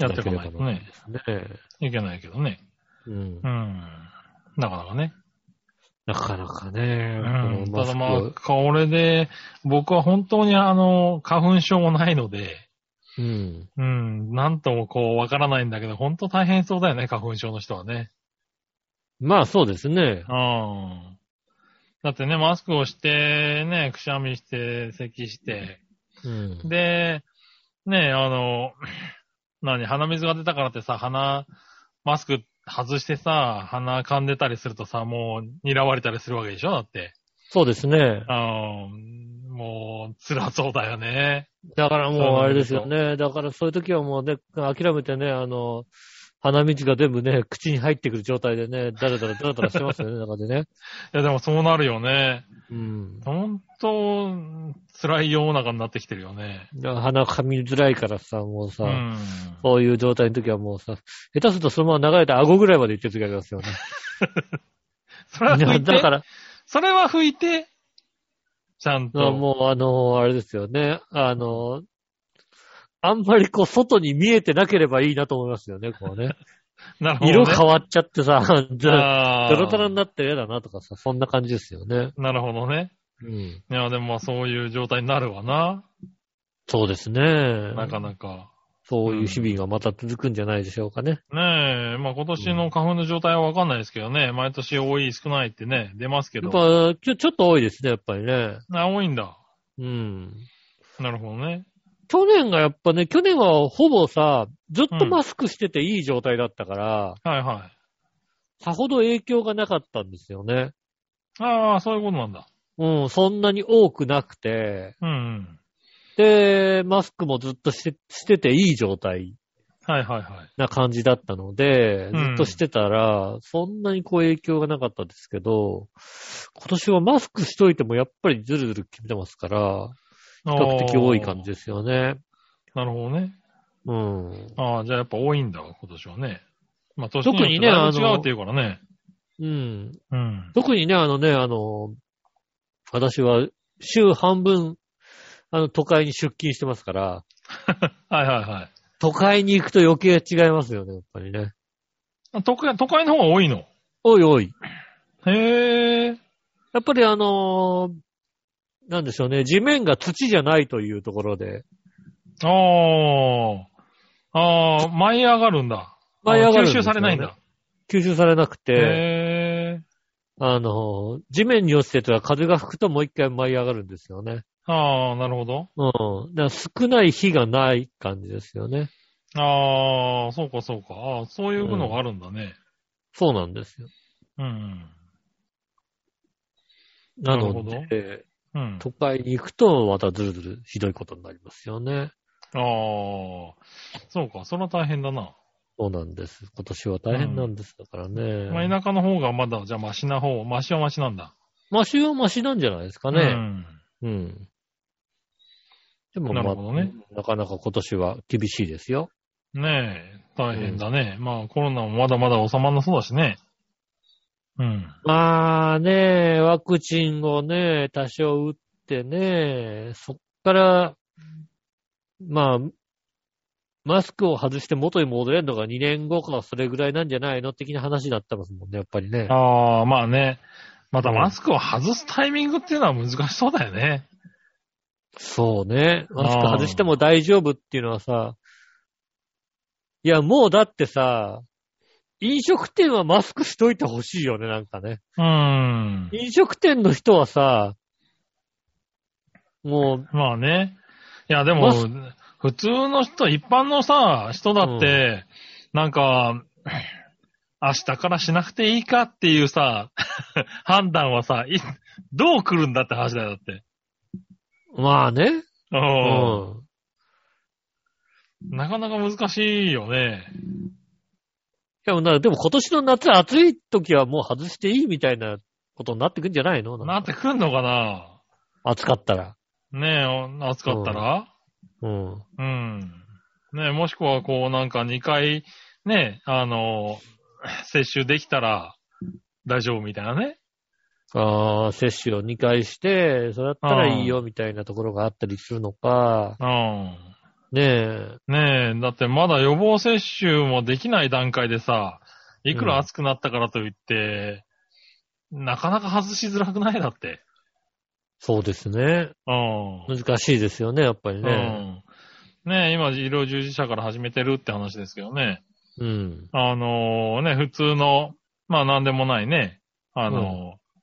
い。やっていかないとね、ねえ。いけないけどね。うんう。ん。なかなかね。なかなかねこう、ん。のマたスだクまあ、これで、僕は本当にあの、花粉症もないので、うん。うん、なんともこう、わからないんだけど、本当大変そうだよね、花粉症の人はね。まあそうですね。うん。だってね、マスクをして、ね、くしゃみして、咳して、うん。で、ねえ、あの、何、鼻水が出たからってさ、鼻、マスク外してさ、鼻噛んでたりするとさ、もう、睨われたりするわけでしょだって。そうですね。あーもう、辛そうだよね。だからもうあれですよね。だからそういう時はもうね、諦めてね、あの、鼻水が全部ね、口に入ってくる状態でね、だらだらだらだらしてますよね、中でね。いや、でもそうなるよね。うん。本当辛い世の中になってきてるよね。鼻噛みづらいからさ、もうさ、うん。こういう状態の時はもうさ、下手するとそのまま流れて顎ぐらいまで行ってる時ありますよ ね。それはい拭やいて、だから、それは拭いて、ちゃんと。もうあの、あれですよね。あの、あんまりこう、外に見えてなければいいなと思いますよね、こう ね。なるほど、ね。色変わっちゃってさ、ドロあドロドロにななって嫌だなとかさ、そんな感じですよね。なるほどね。うん。いや、でもまあそういう状態になるわな。そうですね。なかなか。そういう日々がまた続くんじゃないでしょうかね。ねえ、まあ今年の花粉の状態はわかんないですけどね。毎年多い、少ないってね、出ますけやっど。ぱ、ちょ、ちょっと多いですね、やっぱりね。あ、多いんだ。うん。なるほどね。去年がやっぱね、去年はほぼさ、ずっとマスクしてていい状態だったから、はいはさほど影響がなかったんですよね。い。ああ、そういうことなんだ。うん、そんなに多くなくて、うん、うん。で、マスクもずっとして、してていい状態はいはいはい。な感じだったので、うんずっとしてたら、そんなにこう影響がなかったですけど、今年はマスクしといてもやっぱりずるずる切れてますから、比比較的多い感じですよね。なるほどね。うん。ああ、じゃあやっぱ多いんだわ、今年はね。まあ年特にねよってだいぶあ違のうっていうからね。うん。うん。特にね、あのね、あの、私は週半分、あの、都会に出勤してますから、はいはいはい都会に行くと余計違いますよね、やっぱりね。あ。都会、都会の方が多いの。おいおい。へえ。やっぱりあのーなんでしょうね、地面が土じゃないというところで、ああ。ああ、舞い上がるんだ。舞い上がるんあで吸すよね収されないんだ。吸収されなくて、へえ。あのー地面に落ちてたら風が吹くともう一回舞い上がるんですよね。ああ、なるほど。うん。だから少ない日がない感じですよね。ああ、そうかそうか。ああ、そういうのがあるんだね。そうなんですよ。うん。なのなで、るうん。都会に行くと、またずるずるひどいことになりますよね。ああ、そうか。それは大変だな。そうなんです。今年は大変なんですだからね。まあ、田舎の方がまだ、じゃあマシな方、マシはマシなんだ。マシはマシなんじゃないですかうね。ん。うん。でも、なまるあほどねなかなか今年は厳しいですよ。ねえ、大変だね。まあコロナもまだまだ収まらなそうだしね。うん。まあね、ワクチンをね、多少打ってね、そっから、まあ、マスクを外して元に戻れるのが2年後かそれぐらいなんじゃないの的な話になってますもんね、やっぱりね。ああ、まあね。またマスクを外すタイミングっていうのは難しそうだよね。そうね。マスクあー外しても大丈夫っていうのはさ、いや、もうだってさ、飲食店はマスクしといてほしいよね、なんかね。うん。飲食店の人はさ、もまあね。いや、でマもス、普通の人、一般のさ、人だって、なんか、明日からしなくていいかっていうさ、判断はさ、いどう来るんだって話だよ、だって。う、まあね。ううんん。なかなか難しいよね。でもな、でも今年の夏暑い時はもう外していいみたいなことになってくんじゃないのなってくんのかな暑かったら。ねえ、暑かったらうん。うん。ねえ、もしくはこうなんか2回、ねえ、あの、接種できたら大丈夫みたいなね。ああ、接種を2回して、それだったらいいよみたいなところがあったりするのか、うん。ねえ。ねえ、だってまだ予防接種もできない段階でさ、いくら暑くなったからといって、なかなか外しづらくないだって。そうですね。うん。難しいですよね、やっぱりね。うん。ねえ、今、医療従事者から始めてるって話ですけどね。うん。あのーね、普通の、まあなんでもないね、あのー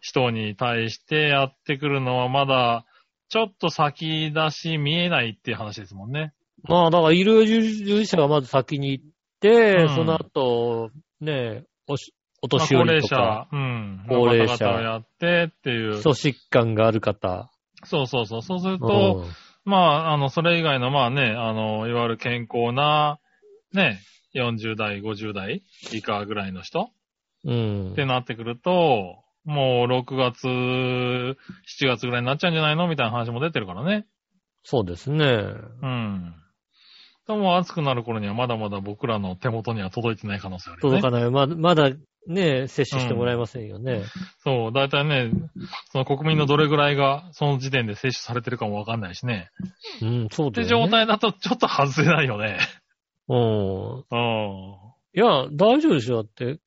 人に対してやってくるのはまだ、ちょっと先出し見えないっていう話ですもんね。まあ、だから医療従事者がまず先に行って、うんその後、ねえ、おし、おまあ年寄りとか、高齢者、うん。高齢者の方々をやってっていう。基礎疾患がある方。そうそうそう。そうすると、うんまあ、あの、それ以外の、まあね、あの、いわゆる健康な、ね、40代、50代以下ぐらいの人うんって。なってくると、もう6月、7月ぐらいになっちゃうんじゃないのみたいな話も出てるからね。そうですね。うん。でも暑くなる頃にはまだまだ僕らの手元には届いてない可能性あるよ届ね。かない。まだ、まだね、接種してもらえませんよね。そう、だいたいね、その国民のどれぐらいがその時点で接種されてるかもわかんないしね。うん、そうってだよ、状ね。態だとちょっと外せないよね。うん。うん。いや、大丈夫でしょ、だって。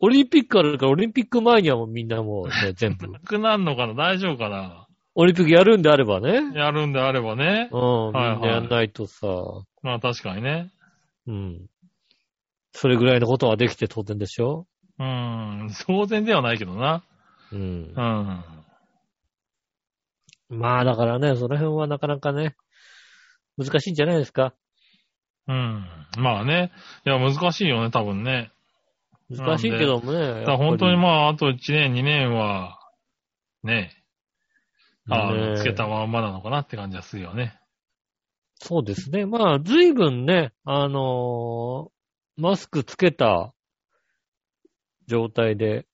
オリンピックあるから、オリンピック前にはもうみんなもう、ね、全 部。なくなんのかな大丈夫かなオリンピックやるんであればね。やるんであればね。うん、みんはいはいなやんないとさ、まあ確かにね。うん。それぐらいのことはできて当然でしょうん。当然ではないけどな。うんう。ん。まあだからね、その辺はなかなかね、難しいんじゃないですか。うん。まあね。いや、難しいよね、多分ね。難しいけどもね。だやっかぱらり本当にまあ、あと1年、2年は、ね、あねあえつけたまんまなのかなって感じはするよね。そうですね。まあ、随分ね、あのーマスクつけた状態で、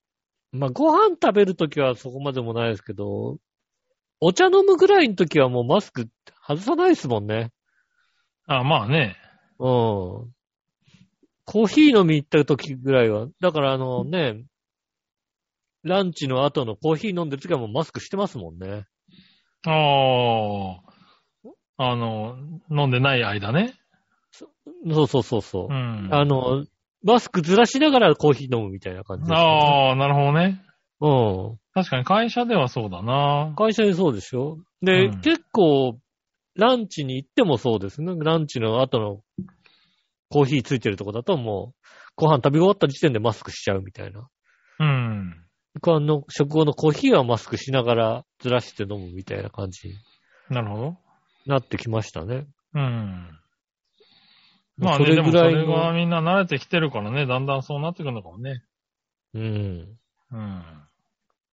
まあ、ご飯食べるときはそこまでもないですけど、お茶飲むぐらいのときはもうマスク外さないですもんね。ああまあね。うん。コーヒー飲み行ったときぐらいは、だからあのね、ランチの後のコーヒー飲んでるときはもうマスクしてますもんね。ああ、あの、飲んでない間ね。そうそうそうそうう。ん。あの、マスクずらしながらコーヒー飲むみたいな感じですね、ああ、なるほどね。うん。確かに会社ではそうだな。会社でそうでしょで、うん結構、ランチに行ってもそうですね。ランチの後のコーヒーついてるとこだともう、ご飯食べ終わった時点でマスクしちゃうみたいな。うん。あの、食後のコーヒーはマスクしながらずらして飲むみたいな感じになるほど。なってきましたね。うん。まあそね、れでもぐそらいれがの。みんな慣れてきてるからね、だんだんそうなってくるのかもね。うん。うん。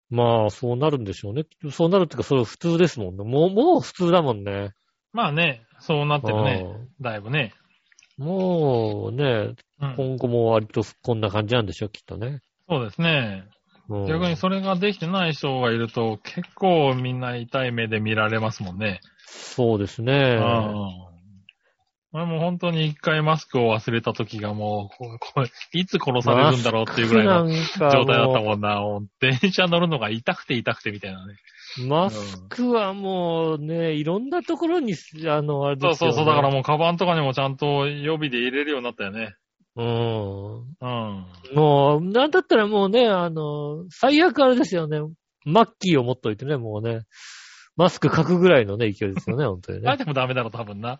まあ、そうなるんでしょうね。そうなるっていうか、それ普通ですもんね。もう、もう普通だもんね。まあね、そうなってるね。うんだいぶね。もうね、うん今後も割とこんな感じなんでしょう、きっとね。そうですね。うん逆にそれができてない人がいると、結構みんな痛い目で見られますもんね。そうですね。うん。俺も本当に一回マスクを忘れた時がもうこ、こいつ殺されるんだろうっていうぐらいの状状態だったもんな。もう電車乗るのが痛くて痛くてみたいなね。マスクはもうね、いろんなところに、あの、あれそうですそよ、うね。そう、だからもうカバンとかにもちゃんと予備で入れるようになったよね。うん。うん。もう、なんだったらもうね、あの、最悪あれですよね。マッキーを持っといてね、もうね。マスク書くぐらいのね、勢いですよね、本当にあえね。てもダメだろ、多分な。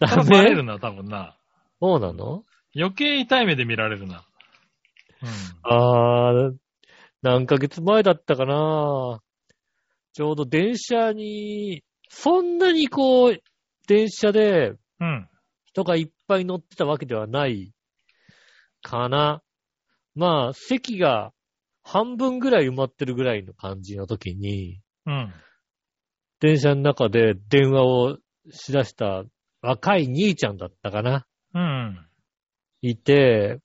ダただメバレるな、多分な。 そうなの余計痛い目で見られるな。うん。あー、何ヶ月前だったかな。ちょうど電車に、そんなにこう、電車で、うん。人がいっぱい乗ってたわけではないかな。まあ、席が半分ぐらい埋まってるぐらいの感じの時に、うん。電車の中で電話をしだした若い兄ちゃんだったかな。うん。いて、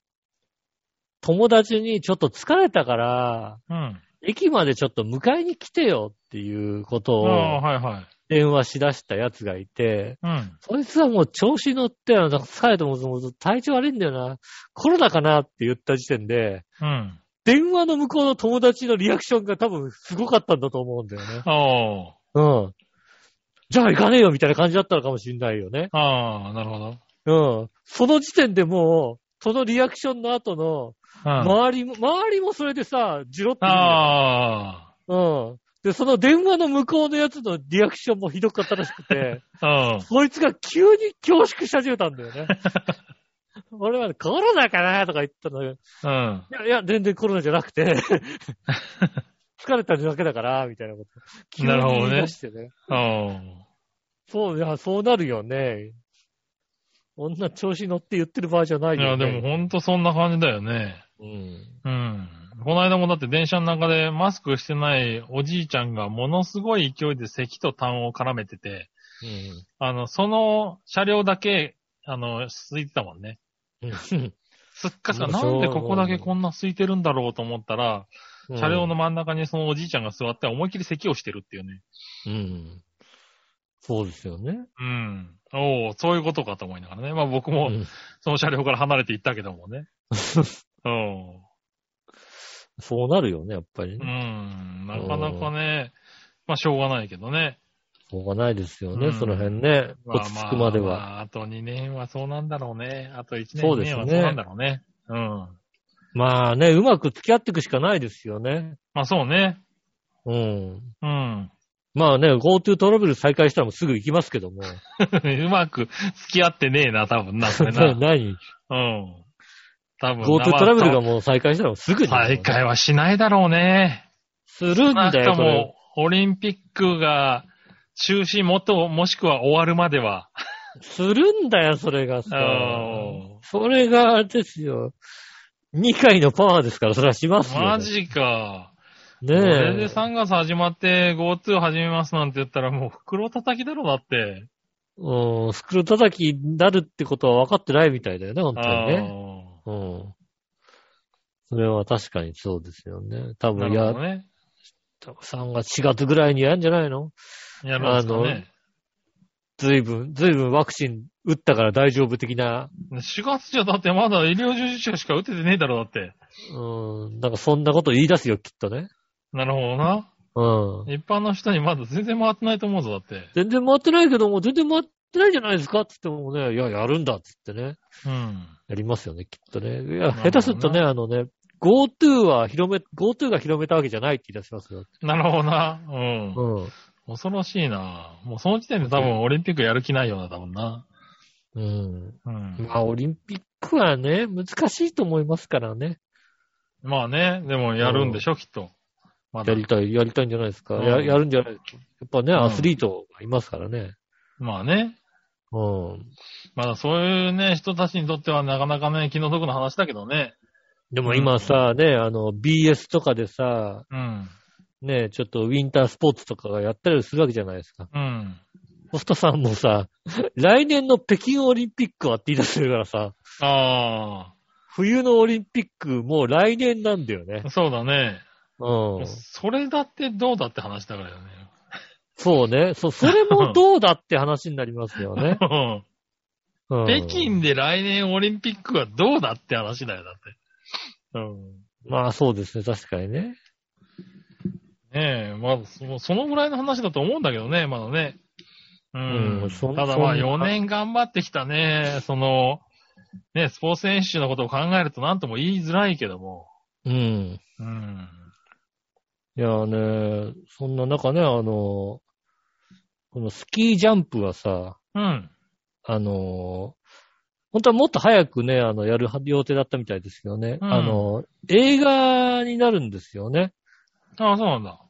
友達にちょっと疲れたから、うん。駅までちょっと迎えに来てよっていうことああ、をはいはい。電話しだしたやつがいて、うん。そいつはもう調子乗って、あのなんか疲れても、もう体調悪いんだよな。コロナかなって言った時点で、うん。電話の向こうの友達のリアクションが多分すごかったんだと思うんだよね。あうん。じゃあ行かねえよみたいな感じだったのかもしれないよね。あ、ああ、なるほど。うん。その時点でもう、そのリアクションの後の、うん。周りも、周りもそれでさ、じろって見るよあうん。で、その電話の向こうのやつのリアクションもひどかったらしく て、あ、うん。そいつが急に恐縮し始めたんだよ ね。俺はコロナかなとか言ったのよ。うん。いや、いや、全然コロナじゃなく て、疲れただけだから、みたいなこと。急になるほどね言い出してね。うん。そう、いや、そうなるよね。女調子乗って言ってる場合じゃないいよ、や、ね。でもほんとそんな感じだよね。うん。うん。この間もだって電車の中でマスクしてないおじいちゃんがものすごい勢いで咳と痰を絡めてて、あの、その車両だけ、あの、空いてたもんね。 うん。すっかすか、なんかなそうんでここだけこんな空いてるんだろうと思ったら、車両の。真ん中にそのおじいちゃんが座って思いっきり咳をしてるっていうね。うん。そうですよね。うん。おおそういうことかと思いながらね。まあ僕うもん その車両から離れて行ったけどもね。うん。そうなるよね、やっぱりうね。ん。なかなかね、まあ、しょうがないけどね。しょうがないですよね、うんその辺ね。まあ落ち着くまでは。まあ、あと2年はそうなんだろうね。あと1年、そう2です年ねはそうなんだろうね。うん。まあね、うまく付き合っていくしかないですよね。まあそうね。うん。うん。まあね、GoTo トラベル再開したらもうすぐ行きますけ ども。うまく付き合ってねえな、多分な、それな。う ん。何多分 ?GoTo トラベルがもう再開したらもうすぐに。再開はしないだろうね。するんなだんかよ、これもう、オリンピックが中止もと、もしくは終わるまでは。するんだよ、それがさうん。それが、あれですよ。2回のパワーですから、それはしますよ、ね。マジか。ねえ。それで3月始まって GoTo 始めますなんて言ったらもう袋叩きだろ、だって。うん、スクール叩きになるってことは分かってないみたいだよね、本当にね。あうん。それは確かにそうですよね。多あ。な分るやほ、どね。多分3月、4月ぐらいにやるんじゃないのやるんですかね。随分、随分ワクチン打ったから大丈夫的な、 4月じゃだってまだ医療従事者しか打ててねえだろ、だって。うん、なんかそんなこと言い出すよ、きっとね。なるほどな。うん。一般の人にまだ全然回ってないと思うぞ、だって。全然回ってないけども、全然回ってないじゃないですかって言ってもね、いや、やるんだって言ってね。うん。やりますよね、きっとね。いや、なるほど下な手するとね、あのね、GoTo は広め、GoTo が広めたわけじゃないって言い出しますよ。なるほどな。うん。うん。恐ろしいな。もうその時点で多分オリンピックやる気ないよな、多分な。うん。うん。まあ、オリンピックはね、難しいと思いますからね。まあね、でもやるんでしょ、きっと。まだや。りたい、やりたいんじゃないですか。うんややるんじゃないやっぱね、んアスリートがいますからね。まあね。うん。まだそういうね、人たちにとってはなかなかね、気の毒な話だけどね。でも今さ、ね、あの、BS とかでさ、うん。ね、ちょっとウィンタースポーツとかがやったりするわけじゃないですか。うん。ホストさんもさ、来年の北京オリンピックはって言い出してるからさ、あ冬のオリンピックもう来年なんだよね あ、。そうだね。うん。それだってどうだって話だからよね。。そうね。そ、それもどうだって話になりますよね うんうん 北京で来年オリンピックはどうだって話だよ、だって。うん。まあそうですね、確かにね。ねえ、まあ、そのそのぐらいの話だと思うんだけどね、まだね。うん。うんそんただまあ、そんな4年頑張ってきたね、その、ね、スポーツ選手のことを考えるとなんとも言いづらいけども。うん。うん。いやね、そんな中ね、あの、このスキージャンプはさ、うん。あの、本当はもっと早くね、あの、やる予定だったみたいですけどね、うんあの、映画になるんですよね。ああ、そうなんだ。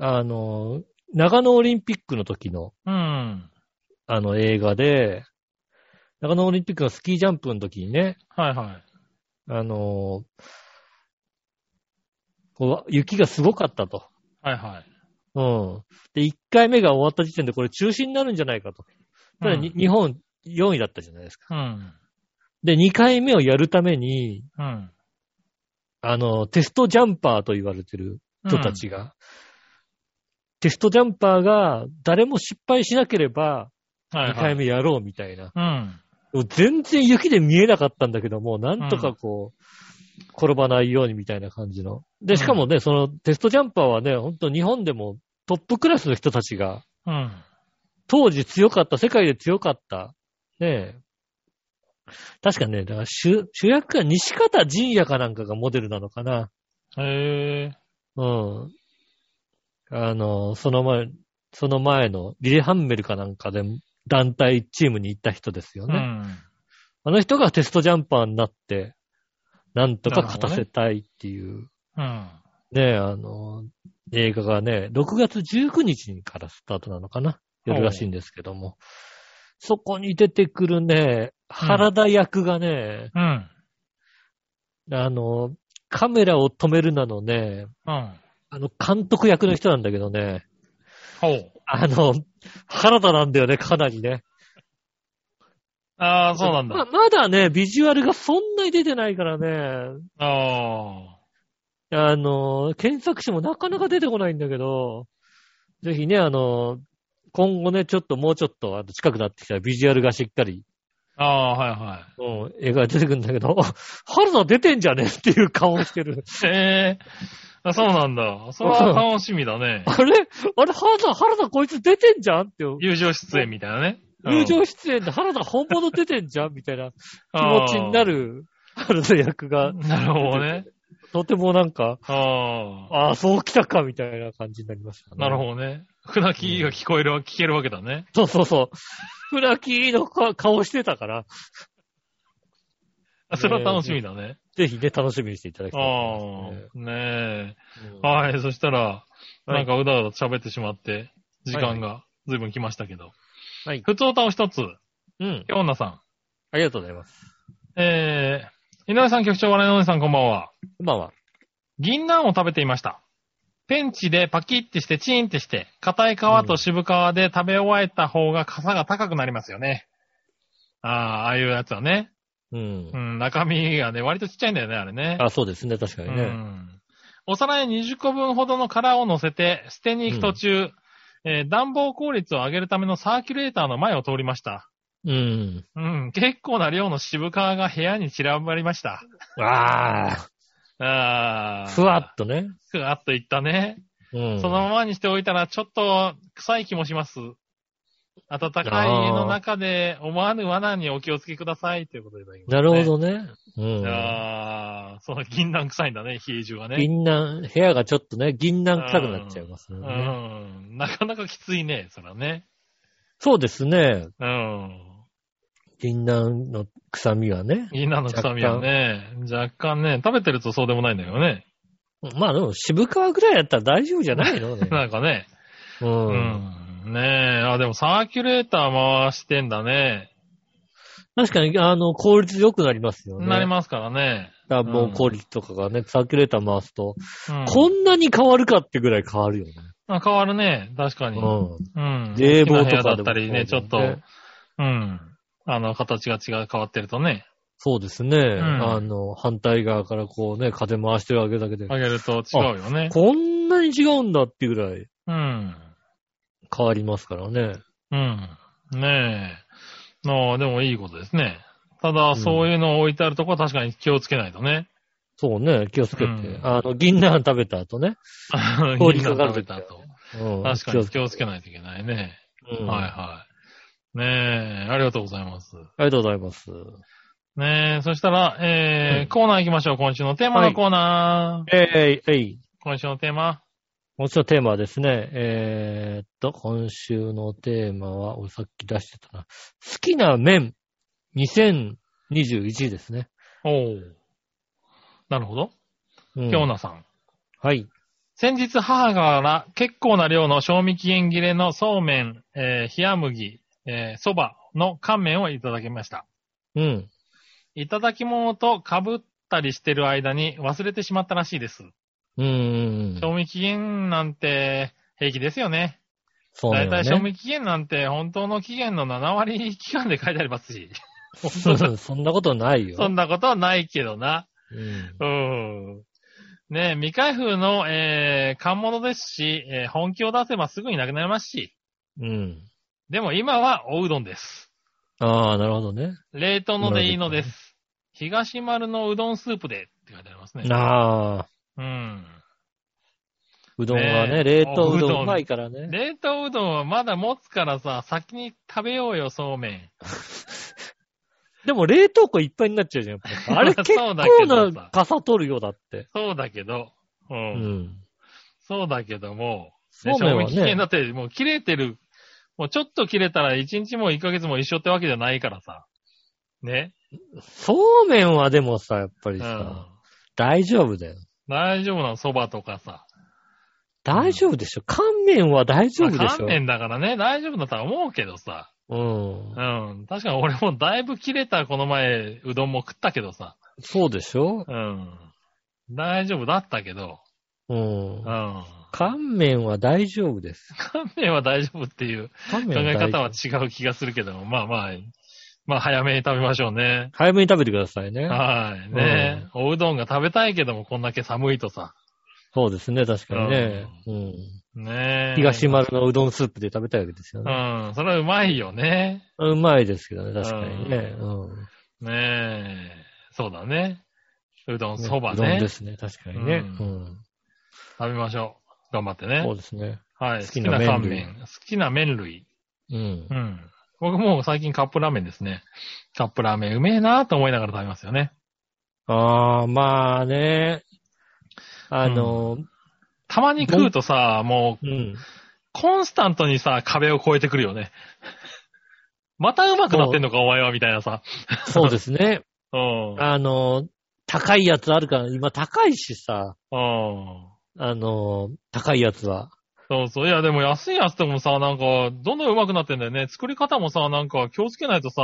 あの、長野オリンピックの時の、うん。あの映画で、長野オリンピックのスキージャンプの時にね、はいはい。あの、こう雪がすごかったと。はいはい。うん。で、1回目が終わった時点でこれ中止になるんじゃないかと。ただに、日本4位だったじゃないですか。うん。で、2回目をやるために、うん。あの、テストジャンパーと言われてるうん。人たちが、テストジャンパーが誰も失敗しなければ、2はいはい。回目やろうみたいな。うん。もう全然雪で見えなかったんだけども、なんとかこう、転ばないようにみたいな感じの。で、しかもね、そのテストジャンパーはね、ほんと日本でもトップクラスの人たちが、うん。当時強かった、世界で強かった、ねえ。確かね、だから主主役が西方陣也かなんかがモデルなのかな。へえ。うん。あの、その前、その前のリレハンメルかなんかで団体チームに行った人ですようね。ん。あの人がテストジャンパーになって、なんとか勝たせたいっていう、うん。ねあの、映画がね、6月19日からスタートなのかな夜らしいんですけども。そこに出てくるね、原田役がね、うん。あの、カメラを止めるなのね、うん。あの、監督役の人なんだけどね、ほう。あの、原田なんだよね、かなりね。ああ、そうなんだ。まあまだね、ビジュアルがそんなに出てないからね、あ。あの、検索してもなかなか出てこないんだけど、ぜひね、あの、今後ね、ちょっともうちょっとあの近くなってきたらビジュアルがしっかりああ、はいはうん、映画が出てくるんだけど、 春菜出てんじゃねっていう顔してる。 い。ええあ、そうなんだ。それは楽しみだね。あれあれ春菜、春菜こいつ出てんじゃんって。友情出演みたいなね。友情出演で原田本物出てんじゃんみたいな気持ちになる原田役が、うん。なるほどね。とてもなんか、ああ。ああ、そう来たかみたいな感じになりましたね。なるほどね。船木が聞こえるわ、聞けるわけだね。ど。そうそう そう。船木のか顔してたから、あそれは楽しみだね。ぜひね、楽しみにしていただきたいとあ思いますねあ。ねうんえ。はい、そしたら、いなんかうだうだと喋ってしまって、時間が随分来ましたけど。はい普通歌を一つ、うん。ヨンナさん。ありがとうございます。えー、井上さん局長、笑いのお姉さんこんばんは。こんばんは。銀杏を食べていました。ペンチでパキッてしてチーンってして、硬い皮と渋皮で食べ終えた方が傘が高くなりますよね。ああ、ああいうやつはね。うんう。ん、中身がね、割とちっちゃいんだよね、あれね。あ、そうですね、確かにうね。ん。お皿に20個分ほどの殻を乗せて、捨てに行く途中、えー暖房効率を上げるためのサーキュレーターの前を通りました。うん。うん、結構な量の渋皮が部屋に散らばりました。あああ、ーふわっとね。ふわっといったね。うん。そのままにしておいたら、ちょっと臭い気もします。暖かい家の中で思わぬ罠にお気をつけくださいということでいただきましたなるほどね。うん。ああ、その銀杏臭いんだね、冷え中はね。銀杏、部屋がちょっとね、銀杏臭くなっちゃいますうよね。ん。なかなかきついね、そらね。そうですね。うん。銀杏の臭みはね。銀杏の臭みはね、若干ね、食べてるとそうでもないんだけどね。まあでも、渋川ぐらいだったら大丈夫じゃないのね。なんかね。う。うんん。ねえ、あ、でもサーキュレーター回してんだね。確かに、あの、効率良くなりますよね。なりますからね。暖房効率とかがね、サーキュレーター回すと、うんこんなに変わるかってぐらい変わるよね。あ変わるね。確かに。うん。うん。冷房とかでも大きな部屋だったりね、ちそょうっだとよね、うん。あの、形が違う、変わってるとね、そうですね。んあの、反対側からこうね、風回してるわけだけで、あげると違うよね。こんなに違うんだってぐらいうん。変わりますからね。うん。ねえ。のでもいいことですね。ただ、んそういうのを置いてあるとこは確かに気をつけない とね。そうね、気をつけて。うんあの、銀杏食べた後ね。通り氷かかる食べ時たと。うん、確かに気けをつけないといけないね。て。うんはいはい。ねえ、ありがとうございます。ありがとうございます。ねえ、そしたら、えーうんコーナー行きましょう。今週のテーマのコーナー。えい、えい。今週のテーマ。もう一度テーマはですね、えーっと、今週のテーマは、おさっき出してたな。好きな麺、2021ですね。おお。なるほど。うん京奈さん。はい。先日母から結構な量の賞味期限切れのそうめん、えー、冷麦、えー、そばの乾麺をいただきました。うん。いただき物と被ったりしてる間に忘れてしまったらしいです。うーん。賞味期限なんて平気ですよね。そうだないのたい賞ね。味期限なんて本当の期限の7割期間で書いてありますし。 そんなことないよ。そんなことはないけどな。うんうん。ねえ、未開封の、えー、缶物ですし、えー本気を出せばすぐになくなりますし、うん。でも今はおうどんです。ああ、なるほどね。冷凍のでいいのです。東丸のうどんスープでって書いてありますね。ああ、うん。うどんはねね、え冷凍ううどどんんうまいからね。冷凍うどんはまだ持つからさ、先に食べようよ、そうめん。でも冷凍庫いっぱいになっちゃうじゃん。やっ ぱあれ そう結構だけどさな傘取るよ、だって。そうだけど、うん。うん。そうだけども、そねうめんは賞味期限ね。だってもう切れてる。もうちょっと切れたら1日も1ヶ月も一緒ってわけじゃないからさ。ね。そうめんはでもさ、やっぱうりんさ、。大丈夫だよ。大丈夫なの、蕎麦とかさ。大丈夫でしょ。乾麺は大丈夫でしょ。まあ乾麺だからね、大丈夫だとは思うけどさ。うんう。ん。確かに俺もだいぶ切れたこの前、うどんも食ったけどさ。そうでしょ。うん。大丈夫だったけど。うんう。ん。乾麺は大丈夫です。乾麺は大丈夫っていう乾考麺はえ大方丈は夫。違う気がするけども、まあまあ、まあ早めに食べましょうね。早めに食べてくださいね。はい。ね、おうどんが食べたいけども、こんだけ寒いとさ。そうですね、確かにね。うん。ねえ。東丸のうどんスープで食べたいわけですよね。うん。それはうまいよね。うまいですけどね、確かにね。うん。ねえ。そうだね。うどん、そばうどんね。ですね、確かにね。う。うん食べましょう。頑張ってねそ。うですね。はい。好好ききなな麺類乾麺。好きな麺類。うんう。ん。僕もう最近カップラーメンですね。カップラーメンうめえなと思いながら食べますよね。ああ、まあね。あの、たまに食うとさ、もううん。コンスタントにさ、壁を越えてくるよね。また上手くなってんのか、お前は、みたいなさ。そうですね。うん。うん。あの、高いやつあるから、今高いしさ、あの、高いやつは。そうそう。いや、でも安いやつでもさ、なんか、どんどん上手くなってんだよね。作り方もさ、なんか気をつけないとさ、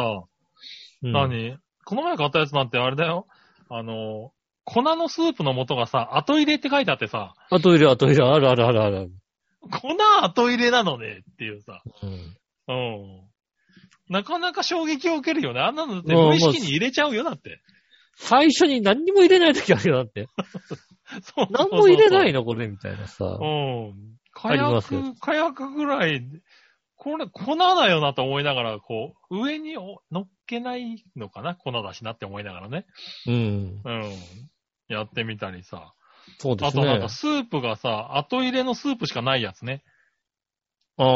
うん、何この前買ったやつなんてあれだよ。あの、粉のスープの素がさ、後入れって書いてあってさ、あ、トイレ、あ、トイレ、あるあるあるある。粉後入れなのねっていうさ。うん。うん。なかなか衝撃を受けるよね。あんなのだってうん無意識に入れちゃうよ、だって。最初に何にも入れないときあるよ、だって。そうそうそう何も入れないの、これ、みたいなさ。うん。あ火りますよ薬、火薬ぐらい、これ、粉だよなと思いながら、こう、上にお乗っけないのかな粉だしなって思いながらね。うん。うん。やってみたりさ。そうであすとなんねか。スープがさ、後入れのスープしかないやつね。ああ、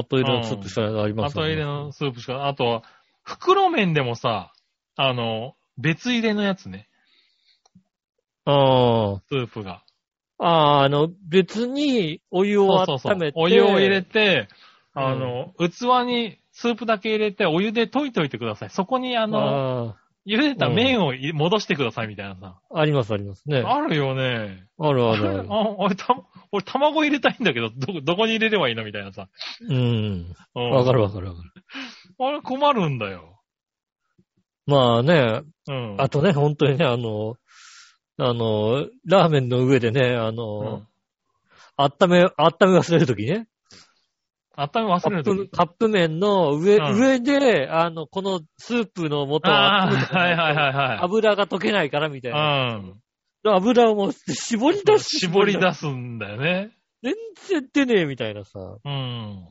後入れのスープしかあります後よね。入れのスープしか、あとは、袋麺でもさ、あの、別入れのやつね。あスープが。あ。ああ、あの、別にお湯を温めて。そうそうそうお湯を入れて、あの、器にスープだけ入れて、お湯で溶いといてください。そこにあの、あ茹でた麺をい戻してくださいみたいなさ。あ、ありますありますね。ああるよね。るああるあれる。 あ俺た、俺卵入れたいんだけど、ど、どこに入れればいいのみたいなさ。うん。うんわかるわかるわかる。あれ困るんだよ。まあね、うん。あとね、本当にね、あの、あの、ラーメンの上でね、あうん、の、温め、温め忘れるときね。温め忘カれッるとプ、。きカップ麺の上、うん上で、あの、このスープの素をあ温めてあ、はいはいは油が溶けないからみたいいな。はい。うん。油をもう絞り出す。絞り出すんだよね。全然出ねえみたいなさ、うん。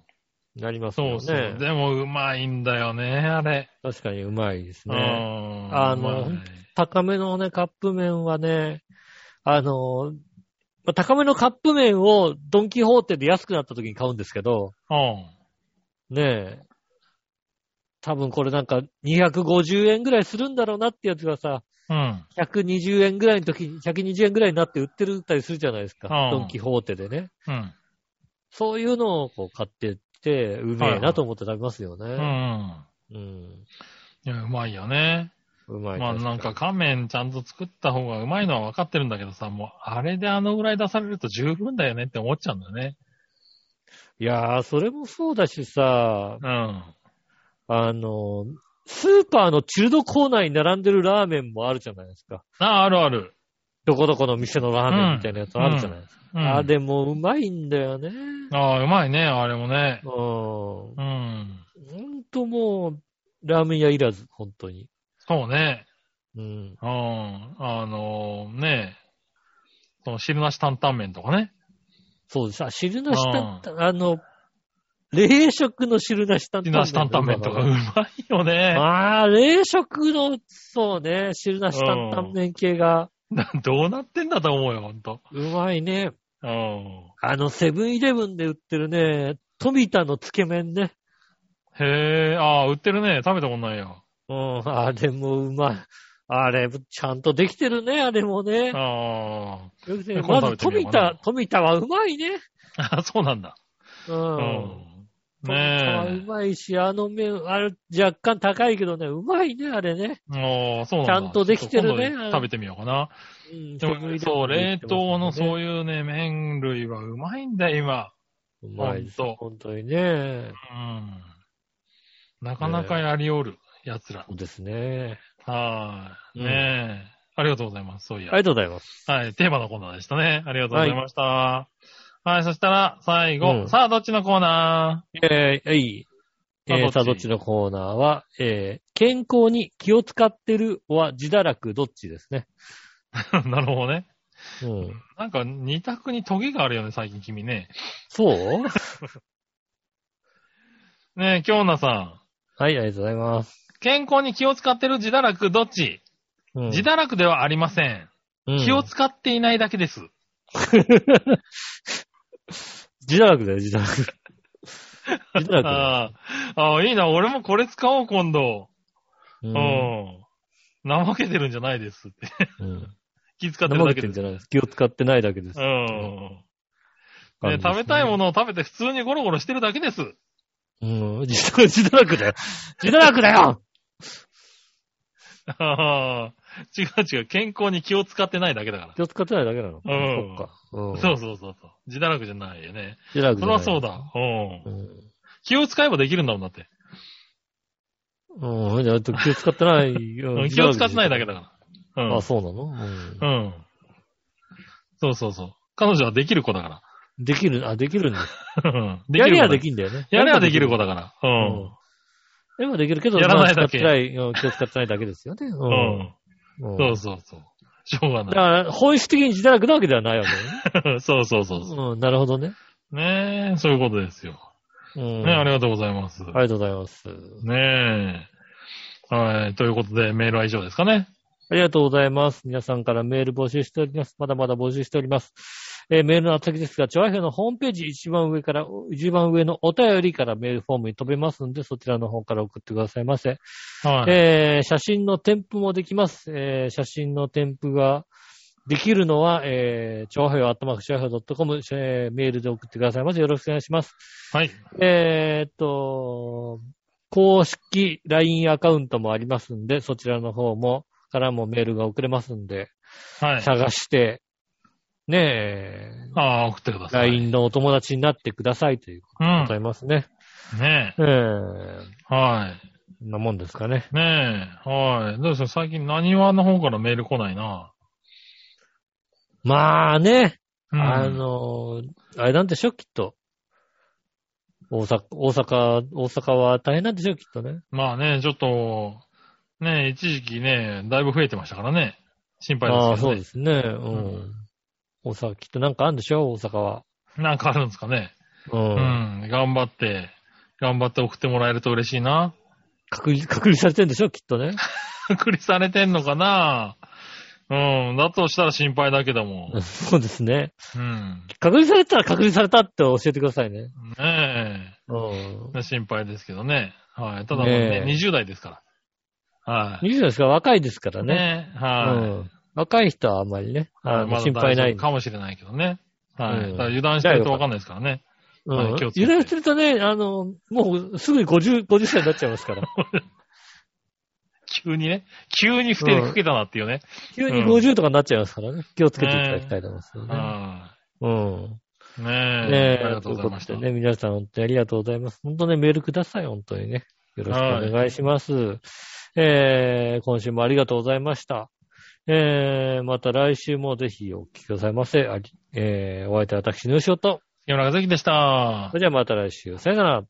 なりますそようそう。ね。でもうまいんだよね、あれ。確かにうまいですうね。ん。あのうまい高めのね、カップ麺はね、あの、まあ高めのカップ麺をドンキホーテで安くなった時に買うんですけど、うん。ねえ。多分これなんか250円ぐらいするんだろうなってやつがさ、うん。 120円ぐらいの時に、120円ぐらいになって売ってるったりするじゃないですか。うんドンキホーテでね。うん。そういうのをこう買ってって、うめえなと思って食べますよね。うんうん。うん。いや、うまいよね。うまい。まあなんか仮面ちゃんと作った方がうまいのは分かってるんだけどさ、もうあれであのぐらい出されると十分だよねって思っちゃうんだよね。いやー、それもそうだしさ、うん。あの、スーパーの中途コーナーに並んでるラーメンもあるじゃないですか。あ、あるある。どこどこの店のラーメンみたいなやつあるじゃないですか。うん、あれもうまいんだよね。あーうまいね、あれもねう。ん。ほうん。んともう、ラーメン屋いらず、ほんとに。そうね。うん。うん。あのーねその汁なし担々麺とかね。そうです。あ、汁なし担々、あの、冷食の汁なし担々汁なし担々麺とかうまいよね。ああ、冷食の、そうね、汁なし担々麺系が、 どうなってんだと思うよ、ほんと。うまいね。うん。あの、セブンイレブンで売ってるね、富田のつけ麺ね。へえ、ああ、売ってるね。食べたことないよ。うん、あれもうまい。あれ、ちゃんとできてるね、あれもね。あよくねま今度ず食べ富てみようかな田、富田はうまいね。あ、 そうなんだ。う。うんん。富田はうねまいし、あの麺、あれ、若干高いけどね、うまいね、あれね。え。おーそうなんだ。ちゃんとできてるねちょっと今度食べてみようかな。うん、でも、そう、冷凍のう。そういうね、麺類はうまいんだよ、今。うまいです。ほんと本当にね。うん。なかなかやりおる、奴ら。そうですね。はうい。んねえ。ありがとうございます。そういやあ。りがとうございます。はい。テーマのコーナーでしたね。ありがとうございました。はい。そしたら、最後。うんさあ、どっちのコー ナえー、えい。えー、ささああどっどっちちのコーナーは、えー、健康に気を使ってるは自堕落どっちですね。ーなるほどね。うん。なんか二択にトゲがあるよね、最近君ね。そうねえ、京奈さん。はい、ありがとうございます。健康に気を使ってる自堕落どっち、うん自堕落ではありません。気をつ、使っていないだけです。自堕落だよ、自堕 落。自堕落だよ。あーあー、いいな、俺もこれ使おう、今度。ううんん。怠けてるんじゃないですって。 うん。気使ってる怠だけけてんじです。ゃないです。気を使ってないだけです。うん。感ね、じですね食べたいものを食べて普通にゴロゴロしてるだけです。 うん。自堕自堕落だよ。自堕落だよああ違う違う。健康に気を使ってないだけだから。気を使ってないだけなの。うんそっか。うん。そうそうそうそう。自堕落じゃないよね。自堕落そじゃりないゃそう。だ。うん。うん気を使えばできるんだもんだって。うん。じゃあ、気を使ってない。ううんん気を使ってないだけだかから。うんあ、。そうなのうんうん。そうそうそう。彼女はできる子だかできる、あ、できるんだ。ら。うん やりゃ子だできんだよね。やればできる子だから。ううんん。やればできるけど、やらないだけまあ使ってないうん気を使ってないだけですよね。ううん。んそうそうそう。しょうがだから、本質的に自堕落なわけではないわけね。ない。 そうそうそうそうん、なるほどね。う。ねえ、そういうことですよ。うん。ねありあがとうございます。りがとうございます。ねえ。はい。ということで、メールは以上ですかね。ありがとうございます。皆さんからメール募集しております。まだまだ募集しております。えーメールの宛先ですが、チョアヘのホームページ一番上から、一番上のお便りからメールフォームに飛べますので、そちらの方から送ってくださいませ。はい。えー写真の添付もできます。えー写真の添付ができるのは、えー、超平和アットマーク超平和 .com、えーメールで送ってくださいませ。よろしくお願いします。はい。えーっと、公式 LINE アカウントもありますんで、そちらの方も、からもメールが送れますんで、はい。探して、ねああ、送ってくだえ、さい。 LINE のお友達になってくださいというこうとでござん。いますね。ねえーえ。はい。そんなもんですかね。ねえ、はい。どうでしょう最近、何話の方からメール来ないな。まあね、うんあ、のー、あれなんでしょ、きっと。大阪、大阪、大阪は大変なんでしょ、きっとね。まあね、ちょっと、ねえ、一時期ね、だいぶ増えてましたからね。心配ああ、ですけそど、うね。ですね。うん。うん大阪、きっとなんかあるんでしょ、大阪は。なんかあるんですかね。う。うんん。頑張って、頑張って送ってもらえると嬉しいな。 隔離、隔離されてるんでしょ、きっとね。 隔離されてんのかなうん。だとしたら心配だけども。そうですね。うん。隔離されたら隔離されたって教えてくださいね。ねうん。え、心配ですけどね。はい。ただもうねえね、20代ですから。はいい。じゃないですか、若いですからね。ねえ、うはい。ん。若い人はあんまりね、あまのだ心配な大丈い夫。かもしれないけどね。はい。うんだから油断してるとわかんないですからね。うはいん。気を油つけて断してるとね、あの、もうすぐに50、50歳になっちゃいますから。急にね。急に不定にかけたなっていうね。急にうん50とかになっちゃいますからね。気をつけていただきたいと思いますよね。はうん。い。ねえ。ねえ、ありがとうございましとた。いうことでね、皆さん本当にありがとうございます。本当ね、メールください、本当にね。よろしくお願いします。えー、今週もありがとうございました。えー、また来週もぜひお聞きくださいませ。ありえー、お相手は私、ヌーショと。山中関でしたそ。れではまた来週。さよなら。